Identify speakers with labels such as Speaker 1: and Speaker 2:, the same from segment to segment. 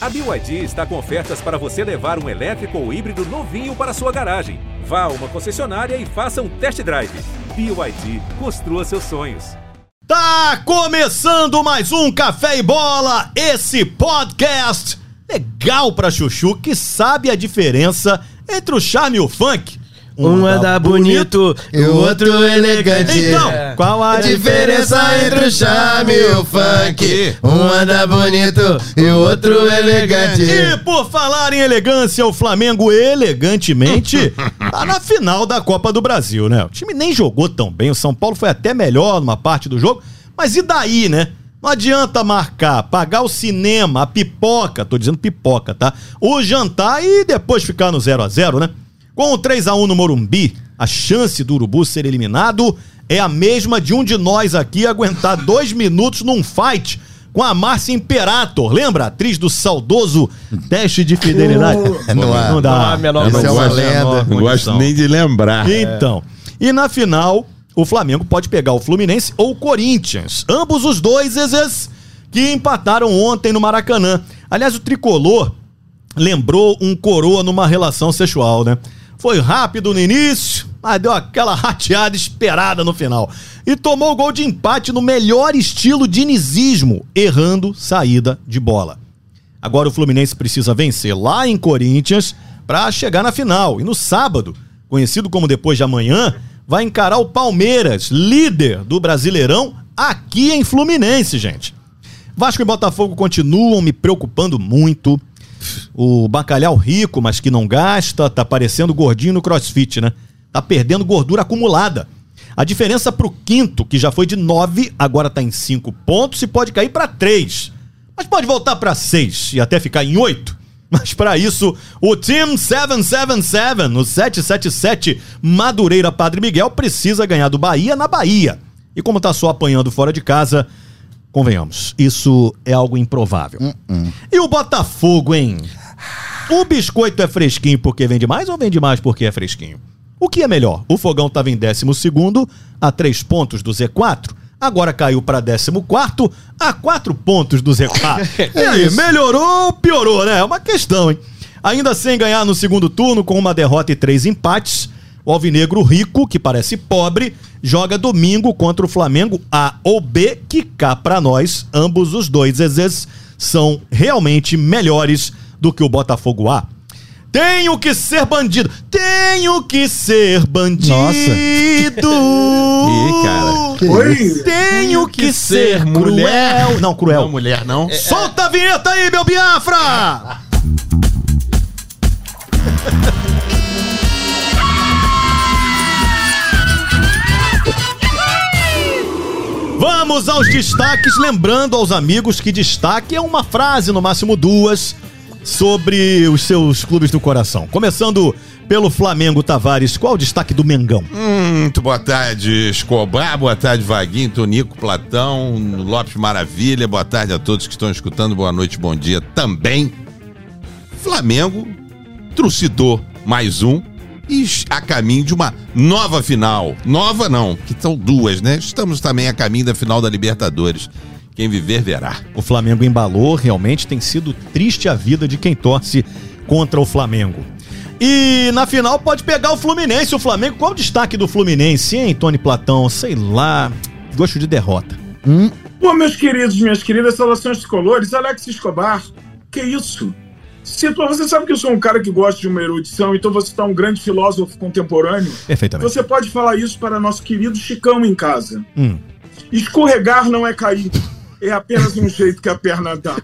Speaker 1: A BYD está com ofertas para você levar um elétrico ou híbrido novinho para sua garagem. Vá a uma concessionária e faça um test drive. BYD, construa seus sonhos.
Speaker 2: Tá começando mais um Café e Bola, esse podcast legal pra Chuchu que sabe a diferença entre o charme e o funk.
Speaker 3: Um anda bonito e o outro elegante.
Speaker 2: Então, qual a
Speaker 3: A diferença entre o charme e o funk. Um anda bonito e o outro elegante.
Speaker 2: E por falar em elegância, o Flamengo elegantemente tá na final da Copa do Brasil, né? O time nem jogou tão bem, o São Paulo foi até melhor numa parte do jogo, mas e daí, né? Não adianta marcar, pagar o cinema, a pipoca, tô dizendo pipoca, tá? O jantar e depois ficar no 0 a 0 né? Com o 3 a 1 no Morumbi, a chance do Urubu ser eliminado é a mesma de um de nós aqui aguentar dois minutos num fight com a Márcia Imperator. Lembra? Atriz do saudoso teste de fidelidade.
Speaker 3: Não há.
Speaker 2: Não dá.
Speaker 3: Esse é uma lenda.
Speaker 4: Não gosto nem de lembrar.
Speaker 2: Então, e na final, o Flamengo pode pegar o Fluminense ou o Corinthians. Ambos os dois, Zezes, que empataram ontem no Maracanã. Aliás, o tricolor lembrou um coroa numa relação sexual, né? Foi rápido no início, mas deu aquela rateada esperada no final. E tomou o gol de empate no melhor estilo dinizismo, errando saída de bola. Agora o Fluminense precisa vencer lá em Corinthians para chegar na final. E no sábado, conhecido como depois de amanhã, vai encarar o Palmeiras, líder do Brasileirão, aqui em Fluminense, gente. Vasco e Botafogo continuam me preocupando muito. O bacalhau rico, mas que não gasta, tá parecendo gordinho no crossfit, né? Tá perdendo gordura acumulada. A diferença pro quinto, que já foi de 9, agora tá em 5 pontos e pode cair pra 3. Mas pode voltar pra 6 e até ficar em 8. Mas pra isso, o Team 777, no 777 Madureira Padre Miguel, precisa ganhar do Bahia na Bahia. E como tá só apanhando fora de casa, Convenhamos, isso é algo improvável. E o Botafogo, hein? O biscoito é fresquinho porque vende mais ou vende mais porque é fresquinho? O que é melhor? O fogão estava em 12, a 3 pontos do Z4, agora caiu para 14, a 4 pontos do Z4. e aí, melhorou ou piorou, né? É uma questão, hein? Ainda sem ganhar no segundo turno, com uma derrota e três empates, o Alvinegro Rico, que parece pobre, joga domingo contra o Flamengo A ou B, que cá pra nós, ambos os dois exes são realmente melhores do que o Botafogo A. Tenho que ser bandido! Tenho que ser bandido! Ih,
Speaker 4: cara.
Speaker 2: Tenho que, ser cruel!
Speaker 4: mulher.
Speaker 2: é Não, cruel.
Speaker 4: Não, mulher, não.
Speaker 2: Solta a vinheta aí, meu Biafra! Vamos aos destaques, lembrando aos amigos que destaque é uma frase, no máximo duas, sobre os seus clubes do coração. Começando pelo Flamengo Tavares, qual o destaque do Mengão?
Speaker 4: Muito boa tarde, Escobar. Boa tarde, Vaguinho, Tonico, Platão, Lopes Maravilha. Boa tarde a todos que estão escutando. Boa noite, bom dia também. Flamengo, trucidou mais um e es- a caminho de uma nova final. Nova não, que são duas, né? Estamos também a caminho da final da Libertadores. Quem viver, verá.
Speaker 2: O Flamengo embalou, realmente tem sido triste a vida de quem torce contra o Flamengo. E na final pode pegar o Fluminense, o Flamengo. Qual o destaque do Fluminense, hein, Tony Platão? Sei lá, gosto de derrota.
Speaker 5: Pô, meus queridos, minhas queridas, saudações tricolores, Alex Escobar, que isso? Cito, você sabe que eu sou um cara que gosta de uma erudição, então você está um grande filósofo contemporâneo.
Speaker 2: Perfeitamente.
Speaker 5: Você pode falar isso para nosso querido Chicão em casa.
Speaker 2: Hum.
Speaker 5: Escorregar não é cair, é apenas um jeito que a perna dá.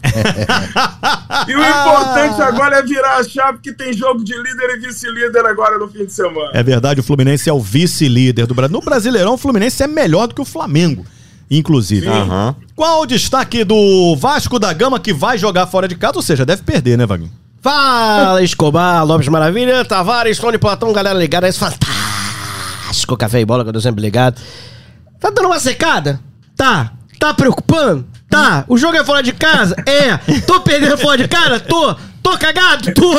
Speaker 5: e o importante agora é virar a chave, que tem jogo de líder e vice-líder agora no fim de semana.
Speaker 2: É verdade, o Fluminense é o vice-líder do Brasil. No Brasileirão, o Fluminense é melhor do que o Flamengo, inclusive.
Speaker 4: Aham.
Speaker 2: Qual o destaque do Vasco da Gama que vai jogar fora de casa? Ou seja, deve perder, né, Vaguinho?
Speaker 3: Fala, Escobar, Lopes Maravilha, Tavares, Tony Platão, galera ligada, esse fantástico café e bola que eu tô sempre ligado. Tá dando uma secada? Tá. Tá preocupando? Tá. O jogo é fora de casa? É. Tô perdendo fora de casa? Tô. Tô cagado? Tô.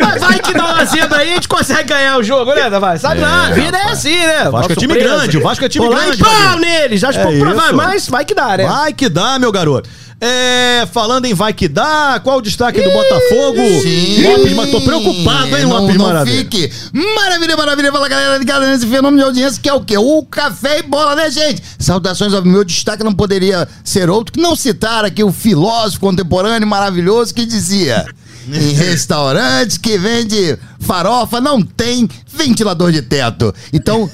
Speaker 3: Mas vai que dá uma zebra aí, a gente consegue ganhar o jogo, né, Tavares? Sabe lá, a vida é assim, né?
Speaker 2: Vasco é time grande, o Vasco é time
Speaker 3: Vou lá
Speaker 2: grande,
Speaker 3: E pau
Speaker 2: Vaguinho.
Speaker 3: neles, acho
Speaker 2: É
Speaker 3: pouco provável,
Speaker 2: isso.
Speaker 3: mas vai que dá, né?
Speaker 2: Vai que dá, meu garoto. É, falando em vai que dá, qual o destaque do Botafogo? Lopes, mas tô preocupado, hein,
Speaker 6: não,
Speaker 2: Lopes
Speaker 6: não
Speaker 2: Maravilha.
Speaker 6: fique. Maravilha, maravilha. Fala, galera ligada nesse fenômeno de audiência que é o quê? O café e bola, né, gente? Saudações, óbvio. Meu destaque não poderia ser outro que não citar aqui o filósofo contemporâneo maravilhoso que dizia... Em restaurante que vende farofa não tem ventilador de teto. Então,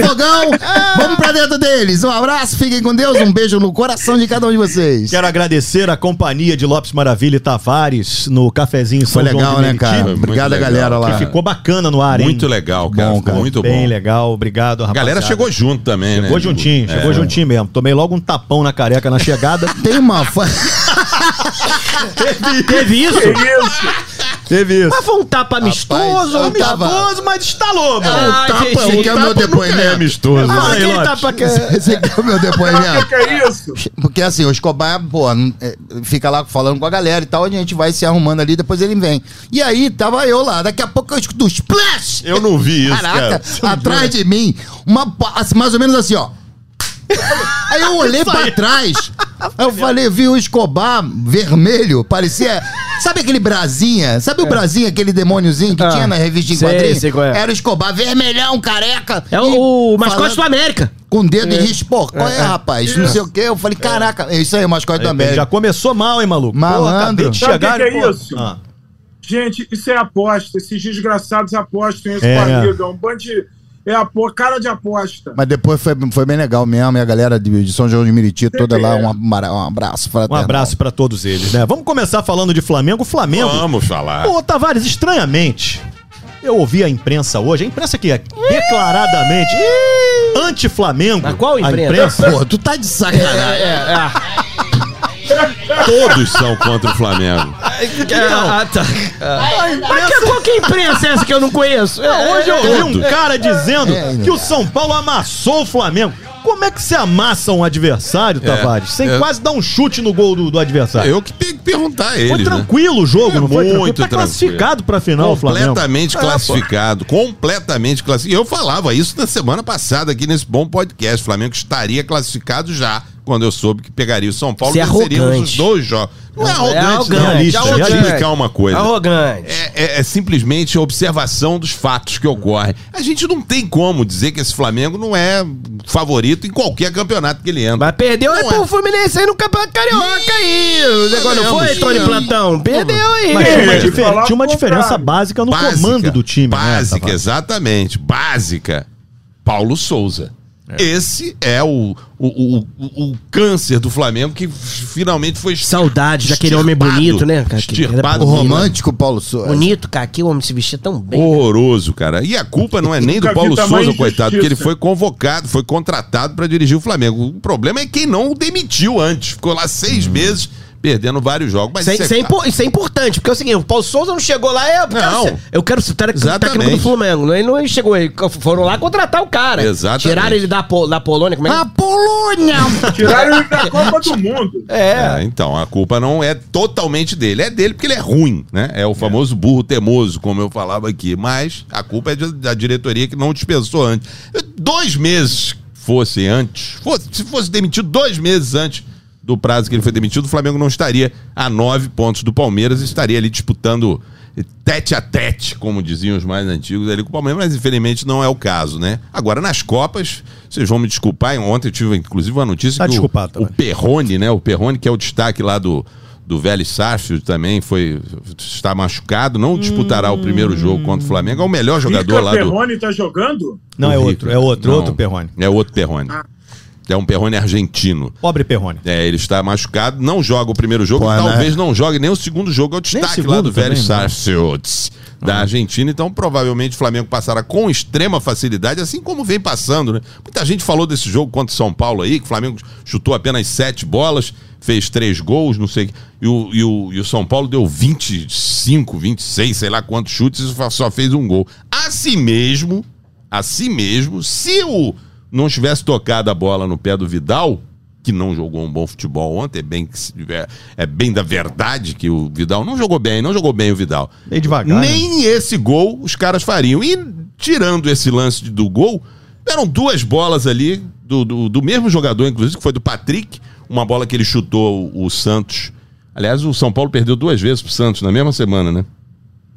Speaker 6: fogão, vamos pra dentro deles. Um abraço, fiquem com Deus, um beijo no coração de cada um de vocês.
Speaker 2: Quero agradecer a companhia de Lopes Maravilha e Tavares no cafezinho São
Speaker 6: Foi
Speaker 2: João
Speaker 6: legal,
Speaker 2: de
Speaker 6: né,
Speaker 2: Meriti,
Speaker 6: cara?
Speaker 4: Foi muito
Speaker 6: Obrigado a
Speaker 4: legal.
Speaker 6: galera lá.
Speaker 2: Que ficou bacana no ar, hein?
Speaker 4: Muito legal, cara.
Speaker 6: Bom,
Speaker 4: Ficou
Speaker 6: cara.
Speaker 4: muito
Speaker 2: Bem
Speaker 4: bom.
Speaker 2: legal, obrigado,
Speaker 4: A
Speaker 2: rapaziada.
Speaker 4: galera chegou junto também, né?
Speaker 2: Chegou juntinho, chegou juntinho mesmo. Tomei logo um tapão na careca na chegada.
Speaker 6: Tem uma fã.
Speaker 3: Teve isso?
Speaker 5: Que isso?
Speaker 2: Teve isso.
Speaker 3: Mas foi um tapa amistoso,
Speaker 6: eu
Speaker 3: um tapa.
Speaker 6: tava-
Speaker 2: Amistoso, mas estalou, mano.
Speaker 3: Ah,
Speaker 6: tapa,
Speaker 3: gente,
Speaker 6: o tapa-
Speaker 3: tapa-
Speaker 6: meu depoimento.
Speaker 4: nunca é amistoso.
Speaker 3: Ah,
Speaker 2: Vai,
Speaker 3: aquele
Speaker 2: né? Lopes.
Speaker 6: tá
Speaker 3: tapa que-
Speaker 6: Você quer o meu
Speaker 5: O que,
Speaker 6: depoimento?
Speaker 5: que é isso?
Speaker 6: Porque assim, o Escobar, pô, não- é, fica lá falando com a galera e tal, a gente vai se arrumando ali, depois ele vem. E aí, tava eu lá, daqui a pouco eu escuto um splash!
Speaker 4: Eu não vi isso,
Speaker 6: Caraca,
Speaker 4: cara.
Speaker 6: atrás de mim, uma pa- assim, mais ou menos assim, ó. Aí eu olhei pra trás, aí eu falei, vi o Escobar vermelho, parecia. Sabe aquele Brasinha? Sabe o Brasinha, aquele demôniozinho que
Speaker 3: É. Ah,
Speaker 6: tinha na revista em
Speaker 3: sei,
Speaker 6: quadrinhos?
Speaker 3: sei qual é.
Speaker 6: Era o Escobar, vermelhão, careca.
Speaker 3: É o,
Speaker 6: E
Speaker 3: o mascote
Speaker 6: falando-
Speaker 3: do América.
Speaker 6: com o dedo e disse, pô, qual é, rapaz? Não sei o quê. Eu falei, caraca, é isso aí, o mascote da
Speaker 2: Já
Speaker 6: América.
Speaker 2: começou mal, hein, maluco?
Speaker 6: Malandro.
Speaker 2: acabei de
Speaker 5: Sabe
Speaker 2: chegar
Speaker 5: o que
Speaker 2: e,
Speaker 5: que é
Speaker 2: pô,
Speaker 5: isso?
Speaker 2: ah.
Speaker 5: Gente, isso é aposta. Esses desgraçados apostam em
Speaker 2: É,
Speaker 5: é.
Speaker 2: né?
Speaker 5: barriga. É um bando de. É apo... cara de aposta.
Speaker 6: Mas depois foi, foi bem legal mesmo, e a galera de, de São João de Meriti toda lá, um, amara- um abraço
Speaker 2: Um
Speaker 6: fraternal.
Speaker 2: abraço pra todos eles, né? Vamos começar falando de Flamengo. Flamengo.
Speaker 4: Vamos falar.
Speaker 2: Ô, Tavares, estranhamente, eu ouvi a imprensa hoje, a imprensa que é declaradamente anti-Flamengo.
Speaker 3: Mas qual imprensa?
Speaker 6: Pô, tu tá de sacanagem.
Speaker 4: Todos são contra o Flamengo.
Speaker 3: Ah, tá. Mas que, qual que é a imprensa essa que eu não conheço? É,
Speaker 2: Hoje eu ouvi um
Speaker 4: Todos.
Speaker 2: cara dizendo
Speaker 6: É, é,
Speaker 2: que o São Paulo amassou o Flamengo. Como é que se amassa um adversário, Tavares? Sem
Speaker 4: é.
Speaker 2: quase dar um chute no gol do, do adversário.
Speaker 4: Tá. Eu que tenho que perguntar a
Speaker 2: Foi
Speaker 4: eles, né?
Speaker 2: tranquilo o jogo,
Speaker 4: É
Speaker 2: não foi?
Speaker 4: muito
Speaker 2: tranquilo. Tá
Speaker 4: tranquilo.
Speaker 2: classificado pra final, o Flamengo.
Speaker 4: Completamente classificado. Completamente classificado. Eu falava isso na semana passada aqui nesse bom podcast. O Flamengo estaria classificado já quando eu soube que pegaria o São Paulo.
Speaker 3: Isso é
Speaker 4: venceríamos
Speaker 3: arrogante.
Speaker 4: os dois jogos. Não é arrogante,
Speaker 2: é
Speaker 4: não.
Speaker 2: realista,
Speaker 4: Deixa eu te
Speaker 2: realista.
Speaker 4: explicar uma coisa.
Speaker 3: Arrogante.
Speaker 4: É, é- é simplesmente a observação dos fatos que ocorrem. A gente não tem como dizer que esse Flamengo não é favorito em qualquer campeonato que ele entra.
Speaker 3: Mas perdeu aí
Speaker 4: Não é.
Speaker 3: pro Fluminense aí no Campeonato Carioca aí. O negócio não foi,
Speaker 4: Ih,
Speaker 3: Tony Platão?
Speaker 2: então.
Speaker 3: Perdeu aí.
Speaker 2: Mas tinha uma,
Speaker 5: É,
Speaker 2: difer-
Speaker 5: falar
Speaker 2: tinha uma
Speaker 5: o
Speaker 2: diferença
Speaker 5: contrário.
Speaker 2: básica no
Speaker 4: Básica,
Speaker 2: comando do time, né?
Speaker 4: Básica,
Speaker 2: Tavares?
Speaker 4: exatamente. Básica. Paulo Souza. Esse é o, o, o- o- o câncer do Flamengo que f- finalmente foi
Speaker 3: Saudade daquele homem
Speaker 4: Extirpado.
Speaker 3: bonito, né, cara? Que era
Speaker 4: Extirpado.
Speaker 6: O romântico Paulo Souza.
Speaker 3: Bonito, cara. Que o homem se vestia tão bem.
Speaker 4: Horroroso, cara. E a culpa não é nem do
Speaker 5: Nunca vi
Speaker 4: Paulo
Speaker 5: tamanha
Speaker 4: Souza, coitado,
Speaker 5: injustiça.
Speaker 4: porque ele foi convocado, foi contratado pra dirigir o Flamengo. O problema é quem não o demitiu antes. Ficou lá
Speaker 2: Hum.
Speaker 4: seis meses, perdendo vários jogos. Mas
Speaker 3: Isso, é-
Speaker 4: isso é
Speaker 3: isso é impo- isso é importante, porque é o seguinte, o Paulo Souza não chegou lá, é. eu quero
Speaker 4: Não.
Speaker 3: ser- Eu quero citar o
Speaker 4: Exatamente.
Speaker 3: técnico do Flamengo. Ele não chegou aí. Foram lá contratar o cara.
Speaker 4: Exatamente.
Speaker 3: Tiraram ele da, Po- da Polônia. Como é que-
Speaker 6: Polônia!
Speaker 5: Tiraram ele da Copa do Mundo.
Speaker 4: É, então, a culpa não é totalmente dele. É dele porque ele é ruim, né? É o famoso burro temoso, como eu falava aqui. Mas a culpa é de- da diretoria que não dispensou antes. Dois meses fosse antes, fosse- se fosse demitido dois meses antes do prazo que ele foi demitido, o Flamengo não estaria a nove pontos do Palmeiras e estaria ali disputando tete a tete, como diziam os mais antigos ali com o Palmeiras, mas infelizmente não é o caso, né? Agora, nas Copas, vocês vão me desculpar, ontem eu tive inclusive uma notícia
Speaker 2: Tá
Speaker 4: que o-
Speaker 2: desculpado
Speaker 4: o
Speaker 2: também.
Speaker 4: Perrone, né? O Perrone, que é o destaque lá do, do Vélez Sarsfield, também foi, está machucado, não disputará o primeiro jogo contra o Flamengo. É o melhor jogador
Speaker 5: Rica
Speaker 4: lá do.
Speaker 5: Perrone tá jogando?
Speaker 2: Não,
Speaker 4: do
Speaker 2: é
Speaker 4: River.
Speaker 2: outro, é outro,
Speaker 4: Não,
Speaker 2: outro Perrone.
Speaker 4: É outro Perrone.
Speaker 5: Ah.
Speaker 4: É um Perrone argentino.
Speaker 2: Pobre Perrone.
Speaker 4: É, ele está machucado, não joga o primeiro jogo,
Speaker 6: Pô, né?
Speaker 4: talvez não jogue nem o segundo jogo, é o
Speaker 2: o
Speaker 4: destaque
Speaker 2: segundo
Speaker 4: lá do
Speaker 2: também,
Speaker 4: Vélez
Speaker 2: né?
Speaker 4: Sarsfield da Argentina, então provavelmente o Flamengo passará com extrema facilidade, assim como vem passando, né? Muita gente falou desse jogo contra o São Paulo aí, que o Flamengo chutou apenas sete bolas, fez três gols, não sei, e o, e o, e o São Paulo deu 25, 26, sei lá quantos chutes e só- só fez um gol. Assim mesmo, assim mesmo, se o não tivesse tocado a bola no pé do Vidal, que não jogou um bom futebol ontem, é bem, que se- é, é bem da verdade que o Vidal não jogou bem, não jogou bem o Vidal.
Speaker 2: Meio devagar, né?
Speaker 4: Nem esse gol os caras fariam. E tirando esse lance de- do gol, eram duas bolas ali do, do, do mesmo jogador, inclusive, que foi do Patrick. uma bola que ele chutou o, o Santos. Aliás, o São Paulo perdeu duas vezes pro Santos na mesma semana, né?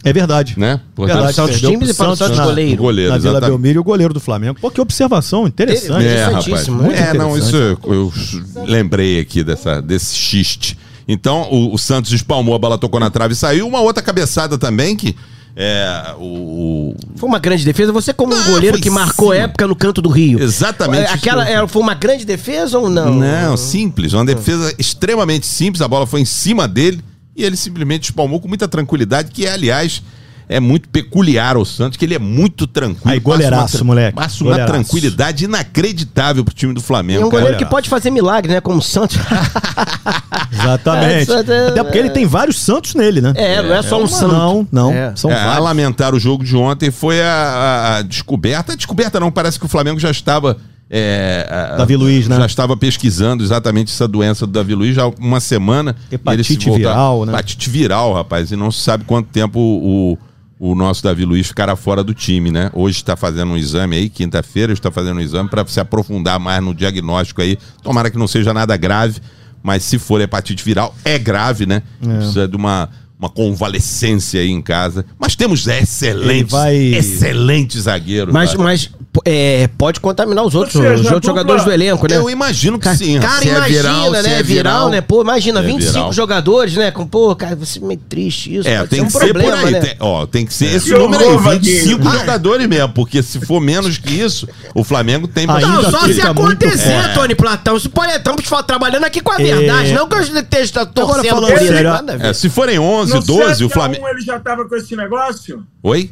Speaker 2: É verdade.
Speaker 4: né? Portanto,
Speaker 2: Verdade,
Speaker 3: Santos
Speaker 2: perdeu
Speaker 3: times
Speaker 2: pro
Speaker 3: e para o
Speaker 2: Santos
Speaker 3: Santos
Speaker 2: na-
Speaker 4: o
Speaker 3: goleiro.
Speaker 4: goleiro,
Speaker 2: na Vila
Speaker 4: exatamente.
Speaker 2: Belmiro e o goleiro do Flamengo. Pô, que observação interessante.
Speaker 4: É, rapaz.
Speaker 3: Interessantíssimo, né?
Speaker 4: É, não, isso
Speaker 2: interessante.
Speaker 4: eu, eu s- lembrei aqui dessa, desse xiste. Então, o, o Santos espalmou, a bola tocou na trave e saiu. Uma outra cabeçada também que é, o, o-
Speaker 3: Foi uma grande defesa. Você, como um
Speaker 4: Não,
Speaker 3: goleiro
Speaker 4: foi
Speaker 3: que marcou
Speaker 4: sim.
Speaker 3: época no canto do Rio. É,
Speaker 4: Exatamente isso
Speaker 3: Aquela
Speaker 4: mesmo.
Speaker 3: era- foi uma grande defesa ou não?
Speaker 4: Não, né, simples. Uma defesa extremamente simples. A bola foi em cima dele e ele simplesmente espalmou com muita tranquilidade, que, aliás, é muito peculiar ao Santos, que ele é muito tranquilo.
Speaker 2: Aí, goleiraço,
Speaker 4: Passa uma tra-
Speaker 2: moleque.
Speaker 4: Passa uma
Speaker 2: Goleiraço.
Speaker 4: tranquilidade inacreditável pro time do
Speaker 3: É
Speaker 4: Flamengo.
Speaker 3: um
Speaker 4: cara.
Speaker 3: goleiro que pode fazer milagre, né? Como o Santos.
Speaker 2: Exatamente.
Speaker 3: É, isso é-
Speaker 2: Até porque ele tem vários Santos nele, né?
Speaker 3: É, não é só um
Speaker 2: uma-
Speaker 3: Santos.
Speaker 2: Não, não.
Speaker 3: É.
Speaker 2: São
Speaker 4: É,
Speaker 2: vários.
Speaker 4: a lamentar o jogo de ontem foi a, a- a descoberta. A descoberta não, parece que o Flamengo já estava. é, a-
Speaker 2: Davi Luiz, né?
Speaker 4: Já estava pesquisando exatamente essa doença do Davi Luiz já há uma semana.
Speaker 2: Hepatite
Speaker 4: Ele se voltar-
Speaker 2: viral, né?
Speaker 4: Hepatite viral, rapaz. E não se sabe quanto tempo o, o nosso Davi Luiz ficará fora do time, né? Hoje está fazendo um exame aí, quinta-feira está fazendo um exame para se aprofundar mais no diagnóstico aí. Tomara que não seja nada grave, mas se for hepatite viral, é grave, né? Precisa de uma. Uma convalescência aí em casa. Mas temos excelentes,
Speaker 2: vai-
Speaker 4: excelentes zagueiros.
Speaker 3: Mas,
Speaker 4: cara.
Speaker 3: mas é, pode contaminar os outros,
Speaker 5: Ou seja,
Speaker 3: os
Speaker 5: a
Speaker 3: outros
Speaker 5: dupla-
Speaker 3: jogadores do elenco, né?
Speaker 4: Eu imagino que sim.
Speaker 3: Cara,
Speaker 4: se é
Speaker 3: imagina,
Speaker 4: viral,
Speaker 3: né?
Speaker 4: se é
Speaker 3: viral, né? Pô, imagina,
Speaker 4: se é
Speaker 3: 25
Speaker 4: viral.
Speaker 3: jogadores, né? Com, pô, cara, você é meio triste isso.
Speaker 4: É,
Speaker 3: pode
Speaker 4: tem
Speaker 3: ser
Speaker 4: que
Speaker 3: um
Speaker 4: ser
Speaker 3: problema,
Speaker 4: por aí.
Speaker 3: né?
Speaker 4: Tem- ó, tem que ser
Speaker 2: É.
Speaker 4: esse
Speaker 5: Que
Speaker 4: número aí,
Speaker 5: horror, Vaguinho.
Speaker 4: 25
Speaker 6: Ah.
Speaker 4: jogadores mesmo, porque se for menos que isso, o Flamengo tem
Speaker 2: Ainda
Speaker 4: bastante
Speaker 3: Não, só
Speaker 2: fica
Speaker 3: se
Speaker 2: muito
Speaker 3: acontecer,
Speaker 4: É.
Speaker 2: forte.
Speaker 3: Tony Platão. Isso pode, estamos fa- trabalhando aqui com a verdade.
Speaker 2: É.
Speaker 3: Não que eu esteja torcendo
Speaker 2: Agora falando
Speaker 3: por isso,
Speaker 2: sério,
Speaker 3: nada a ver.
Speaker 4: É, se forem 11,
Speaker 5: No
Speaker 6: é
Speaker 4: 12, o
Speaker 5: 7 a
Speaker 6: um-
Speaker 4: Flamengo.
Speaker 5: 1 ele já tava com esse negócio?
Speaker 4: Oi?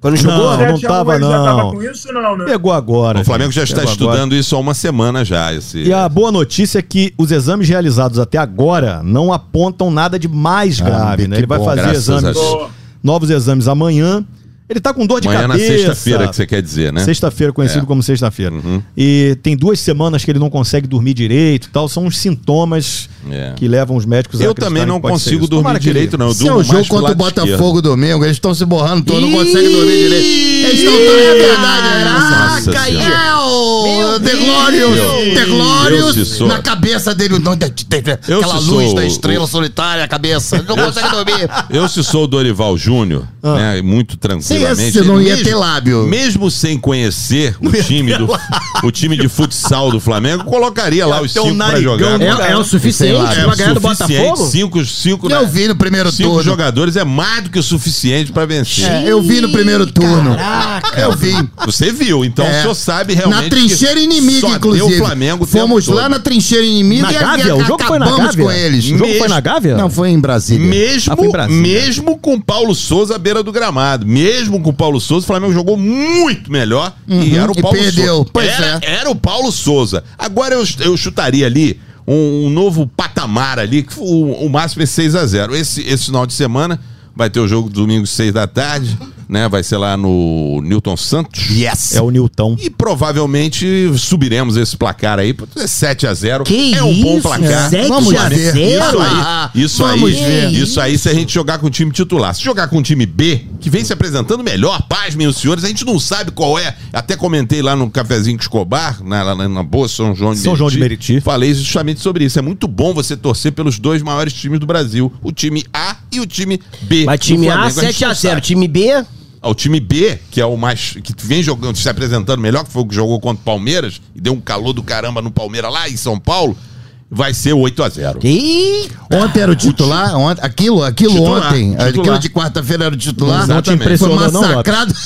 Speaker 3: Quando jogou,
Speaker 2: Não,
Speaker 3: né?
Speaker 5: No
Speaker 2: não
Speaker 5: 7 a 1
Speaker 2: tava,
Speaker 5: ele já
Speaker 2: não.
Speaker 5: tava com isso, não, né?
Speaker 2: Pegou agora.
Speaker 4: O Flamengo já
Speaker 2: gente.
Speaker 4: está
Speaker 2: Pegou agora.
Speaker 4: estudando isso há uma semana já. Esse...
Speaker 2: E a boa notícia é que os exames realizados até agora não apontam nada de mais grave, né?
Speaker 6: que
Speaker 2: Ele vai
Speaker 6: bom,
Speaker 2: fazer
Speaker 4: Ah, graças a
Speaker 2: exames,
Speaker 5: Deus.
Speaker 2: novos exames amanhã. Ele tá com dor de
Speaker 4: Amanhã na
Speaker 2: cabeça.
Speaker 4: sexta-feira, que você quer dizer, né?
Speaker 2: Sexta-feira, conhecido
Speaker 4: É.
Speaker 2: como sexta-feira. E tem duas semanas que ele não consegue dormir direito e tal. São os sintomas
Speaker 4: É.
Speaker 2: que levam os médicos a
Speaker 4: Eu
Speaker 2: acreditarem
Speaker 4: também não
Speaker 2: que pode ser
Speaker 4: consigo
Speaker 2: isso. Tomara
Speaker 4: dormir
Speaker 2: que ele-
Speaker 4: direito, não. Eu
Speaker 6: Se é
Speaker 4: durmo
Speaker 6: o jogo
Speaker 4: mais pelo
Speaker 6: contra o
Speaker 4: lado esquerdo.
Speaker 6: Botafogo domingo, eles estão se borrando todo, não
Speaker 3: Ih!
Speaker 6: conseguem dormir direito. Eles estão todos na verdade,
Speaker 4: Nossa
Speaker 6: né?
Speaker 4: Senhora.
Speaker 6: É o
Speaker 3: Meu
Speaker 6: The
Speaker 3: Deus!
Speaker 6: Glorious,
Speaker 4: Meu
Speaker 6: The
Speaker 4: Deus,
Speaker 6: Glorious,
Speaker 4: se sou.
Speaker 6: na cabeça dele, não, de- de- de-
Speaker 4: Eu
Speaker 6: aquela
Speaker 4: se
Speaker 6: luz
Speaker 4: sou
Speaker 6: da
Speaker 4: o-
Speaker 6: estrela solitária, a cabeça, ele não consegue dormir.
Speaker 4: Eu, se sou o Dorival Júnior,
Speaker 2: Ah.
Speaker 4: né, muito
Speaker 6: Sim,
Speaker 4: tranquilamente.
Speaker 6: você não ia
Speaker 4: mesmo-
Speaker 6: ter lábio.
Speaker 4: Mesmo sem conhecer o time, do, o time de futsal do Flamengo, colocaria lá
Speaker 6: É,
Speaker 2: Ia
Speaker 4: os
Speaker 2: ter um
Speaker 4: cinco pra
Speaker 2: narigão
Speaker 4: jogar.
Speaker 2: do
Speaker 6: né?
Speaker 4: É,
Speaker 3: É, é o suficiente
Speaker 6: Sei lá,
Speaker 3: pra ganhar do
Speaker 4: suficiente,
Speaker 3: Botafogo?
Speaker 4: Cinco, cinco,
Speaker 6: Eu vi no primeiro
Speaker 4: né? cinco
Speaker 6: turno.
Speaker 4: jogadores é mais do que o suficiente pra vencer.
Speaker 6: É, eu vi no primeiro turno. Eu vi.
Speaker 4: Você viu, então
Speaker 6: É.
Speaker 4: o senhor sabe realmente.
Speaker 6: na
Speaker 4: que
Speaker 6: trincheira inimiga,
Speaker 4: só
Speaker 6: inclusive.
Speaker 4: Deu o Flamengo o tempo
Speaker 6: Fomos lá
Speaker 4: todo.
Speaker 6: na trincheira inimiga
Speaker 2: Na
Speaker 6: e a-
Speaker 2: Gávea? O jogo foi na
Speaker 6: acabamos
Speaker 2: Gávea?
Speaker 6: com eles.
Speaker 2: O jogo foi na Gávea?
Speaker 6: Não, foi em Brasília.
Speaker 4: Mesmo,
Speaker 2: Ah, foi em Brasília.
Speaker 4: mesmo com Paulo Souza à beira do gramado, mesmo com Paulo Souza, o Flamengo jogou muito melhor e era o
Speaker 6: e
Speaker 4: Paulo
Speaker 6: perdeu.
Speaker 4: Souza.
Speaker 6: Pois
Speaker 4: era,
Speaker 6: é.
Speaker 4: era o Paulo Souza. Agora eu, eu chutaria ali um, um novo patamar ali, que o, o máximo é 6 a 0 esse, esse final de semana vai ter o jogo domingo 6 da tarde, né? Vai ser lá no Newton Santos.
Speaker 6: Yes.
Speaker 2: É o Nilton.
Speaker 4: E provavelmente subiremos esse placar aí. 7 a 0
Speaker 3: Que
Speaker 4: É um bom
Speaker 3: isso,
Speaker 4: placar.
Speaker 3: Zé?
Speaker 6: Vamos
Speaker 3: Sete a
Speaker 6: ver.
Speaker 3: zero?
Speaker 4: Isso
Speaker 6: Ah,
Speaker 4: aí, isso aí,
Speaker 6: vamos ver.
Speaker 4: isso aí se a gente jogar com o time titular. Se jogar com o time B, que vem se apresentando melhor, paz, meus senhores, a gente não sabe qual é. Até comentei lá no cafezinho com Escobar, na, lá na, na Boa São João de
Speaker 2: São João de Meriti.
Speaker 4: Falei justamente sobre isso. É muito bom você torcer pelos dois maiores times do Brasil, o time A e o time B.
Speaker 3: Mas
Speaker 4: do
Speaker 3: time A,
Speaker 4: Flamengo, é gente não
Speaker 3: 7x0.
Speaker 4: sabe.
Speaker 3: Time B,
Speaker 4: Ao time B, que é o mais. que vem jogando, se apresentando melhor, que foi o que jogou contra o Palmeiras, e deu um calor do caramba no Palmeiras lá em São Paulo, vai ser 8 a 0
Speaker 3: Ih,
Speaker 6: Ontem era o titular, ontem, aquilo, aquilo
Speaker 4: Titular,
Speaker 6: ontem,
Speaker 4: titular.
Speaker 6: aquilo de quarta-feira era o titular.
Speaker 4: Não te
Speaker 6: foi
Speaker 2: impressionou, não,
Speaker 6: massacrado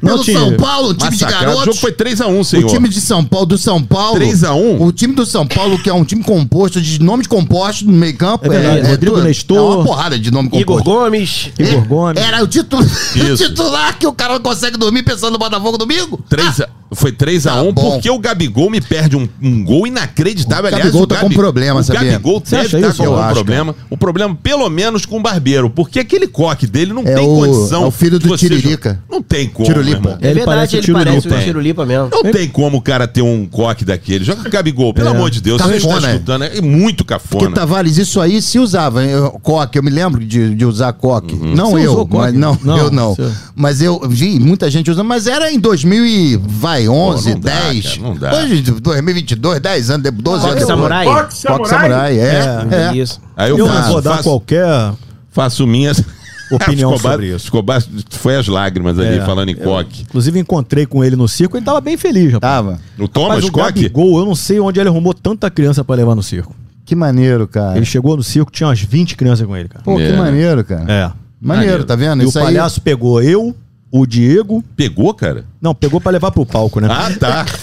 Speaker 2: Não
Speaker 6: pelo
Speaker 2: te-
Speaker 6: São Paulo, o time de
Speaker 4: Massacrado. O
Speaker 6: garotos.
Speaker 4: jogo foi 3x1,
Speaker 6: O
Speaker 4: senhor.
Speaker 6: time de São Paulo, do São Paulo.
Speaker 4: 3 a 1?
Speaker 6: O time do São Paulo, que é um time composto de nome de composto no meio-campo.
Speaker 2: É verdade, Rodrigo
Speaker 6: tudo-
Speaker 2: Nestor.
Speaker 6: É uma porrada de nome
Speaker 3: Igor
Speaker 6: composto.
Speaker 3: Gomes.
Speaker 2: Igor Gomes.
Speaker 6: Era o, titu- o
Speaker 4: Isso.
Speaker 6: titular que o cara não consegue dormir pensando no Botafogo domingo?
Speaker 4: 3 a- Foi 3x1
Speaker 6: Ah! Tá bom.
Speaker 4: porque o Gabigol me perde um, um gol inacreditável.
Speaker 6: O
Speaker 4: Aliás,
Speaker 6: Gabigol
Speaker 4: o
Speaker 6: tá com problema,
Speaker 4: o
Speaker 6: sabia?
Speaker 4: Gabigol
Speaker 2: Você
Speaker 4: deve
Speaker 2: acha
Speaker 4: estar
Speaker 2: isso?
Speaker 4: com
Speaker 2: Eu
Speaker 4: algum
Speaker 6: acho,
Speaker 4: problema. O problema, pelo menos, com o Barbeiro. Porque aquele coque dele não
Speaker 6: É
Speaker 4: tem
Speaker 6: o-
Speaker 4: condição.
Speaker 6: é o filho do
Speaker 4: de você
Speaker 6: Tiririca.
Speaker 4: jogar. Não tem como,
Speaker 6: Tirolipa.
Speaker 4: meu irmão.
Speaker 3: É
Speaker 2: Ele parece
Speaker 3: verdade,
Speaker 2: o
Speaker 3: ele
Speaker 2: Tirolipa.
Speaker 3: parece o Tirulipa mesmo.
Speaker 4: Não tem como o cara ter um coque daquele. Joga com o Gabigol, pelo amor de Deus. Você
Speaker 6: É. Cafona,
Speaker 4: está
Speaker 6: é.
Speaker 4: escutando. É muito
Speaker 6: Porque tá-
Speaker 4: cafona.
Speaker 6: Tavares, isso aí se usava. Eu, coque, eu me lembro de, de usar coque. Não
Speaker 2: Você
Speaker 6: eu,
Speaker 2: usou coque?
Speaker 6: mas não,
Speaker 2: Não,
Speaker 6: eu não.
Speaker 2: você-
Speaker 6: Mas eu vi muita gente usando, mas era em 2000 e vai, Samurai, 11,
Speaker 4: não dá,
Speaker 6: 10.
Speaker 4: cara, não dá.
Speaker 6: Hoje, 2022, 10 anos, de- 12
Speaker 3: Rock
Speaker 6: anos.
Speaker 3: Samurai?
Speaker 5: Rock
Speaker 6: Rock
Speaker 5: Samurai.
Speaker 6: Samurai, é. é.
Speaker 3: Isso.
Speaker 4: Aí eu,
Speaker 2: Eu não
Speaker 4: faço,
Speaker 2: vou dar
Speaker 4: faço,
Speaker 2: qualquer
Speaker 4: faço minhas.
Speaker 2: opinião
Speaker 4: Escobar-
Speaker 2: sobre isso.
Speaker 4: Escobar foi as lágrimas ali,
Speaker 2: É.
Speaker 4: falando em coque.
Speaker 2: Inclusive, encontrei com ele no circo, ele tava bem feliz, rapaz.
Speaker 6: Tava.
Speaker 4: O Thomas
Speaker 2: Mas o
Speaker 4: Coque?
Speaker 2: Gabigol, eu não sei onde ele arrumou tanta criança pra levar no circo.
Speaker 6: Que maneiro, cara.
Speaker 2: Ele chegou no circo, tinha umas 20 crianças com ele, cara.
Speaker 6: Pô,
Speaker 4: É.
Speaker 6: que maneiro, cara.
Speaker 2: É.
Speaker 6: Maneiro, tá vendo?
Speaker 2: E o
Speaker 6: Isso aí.
Speaker 2: palhaço pegou eu, o Diego.
Speaker 4: Pegou, cara?
Speaker 2: Não, pegou pra levar pro palco, né?
Speaker 4: Ah, tá.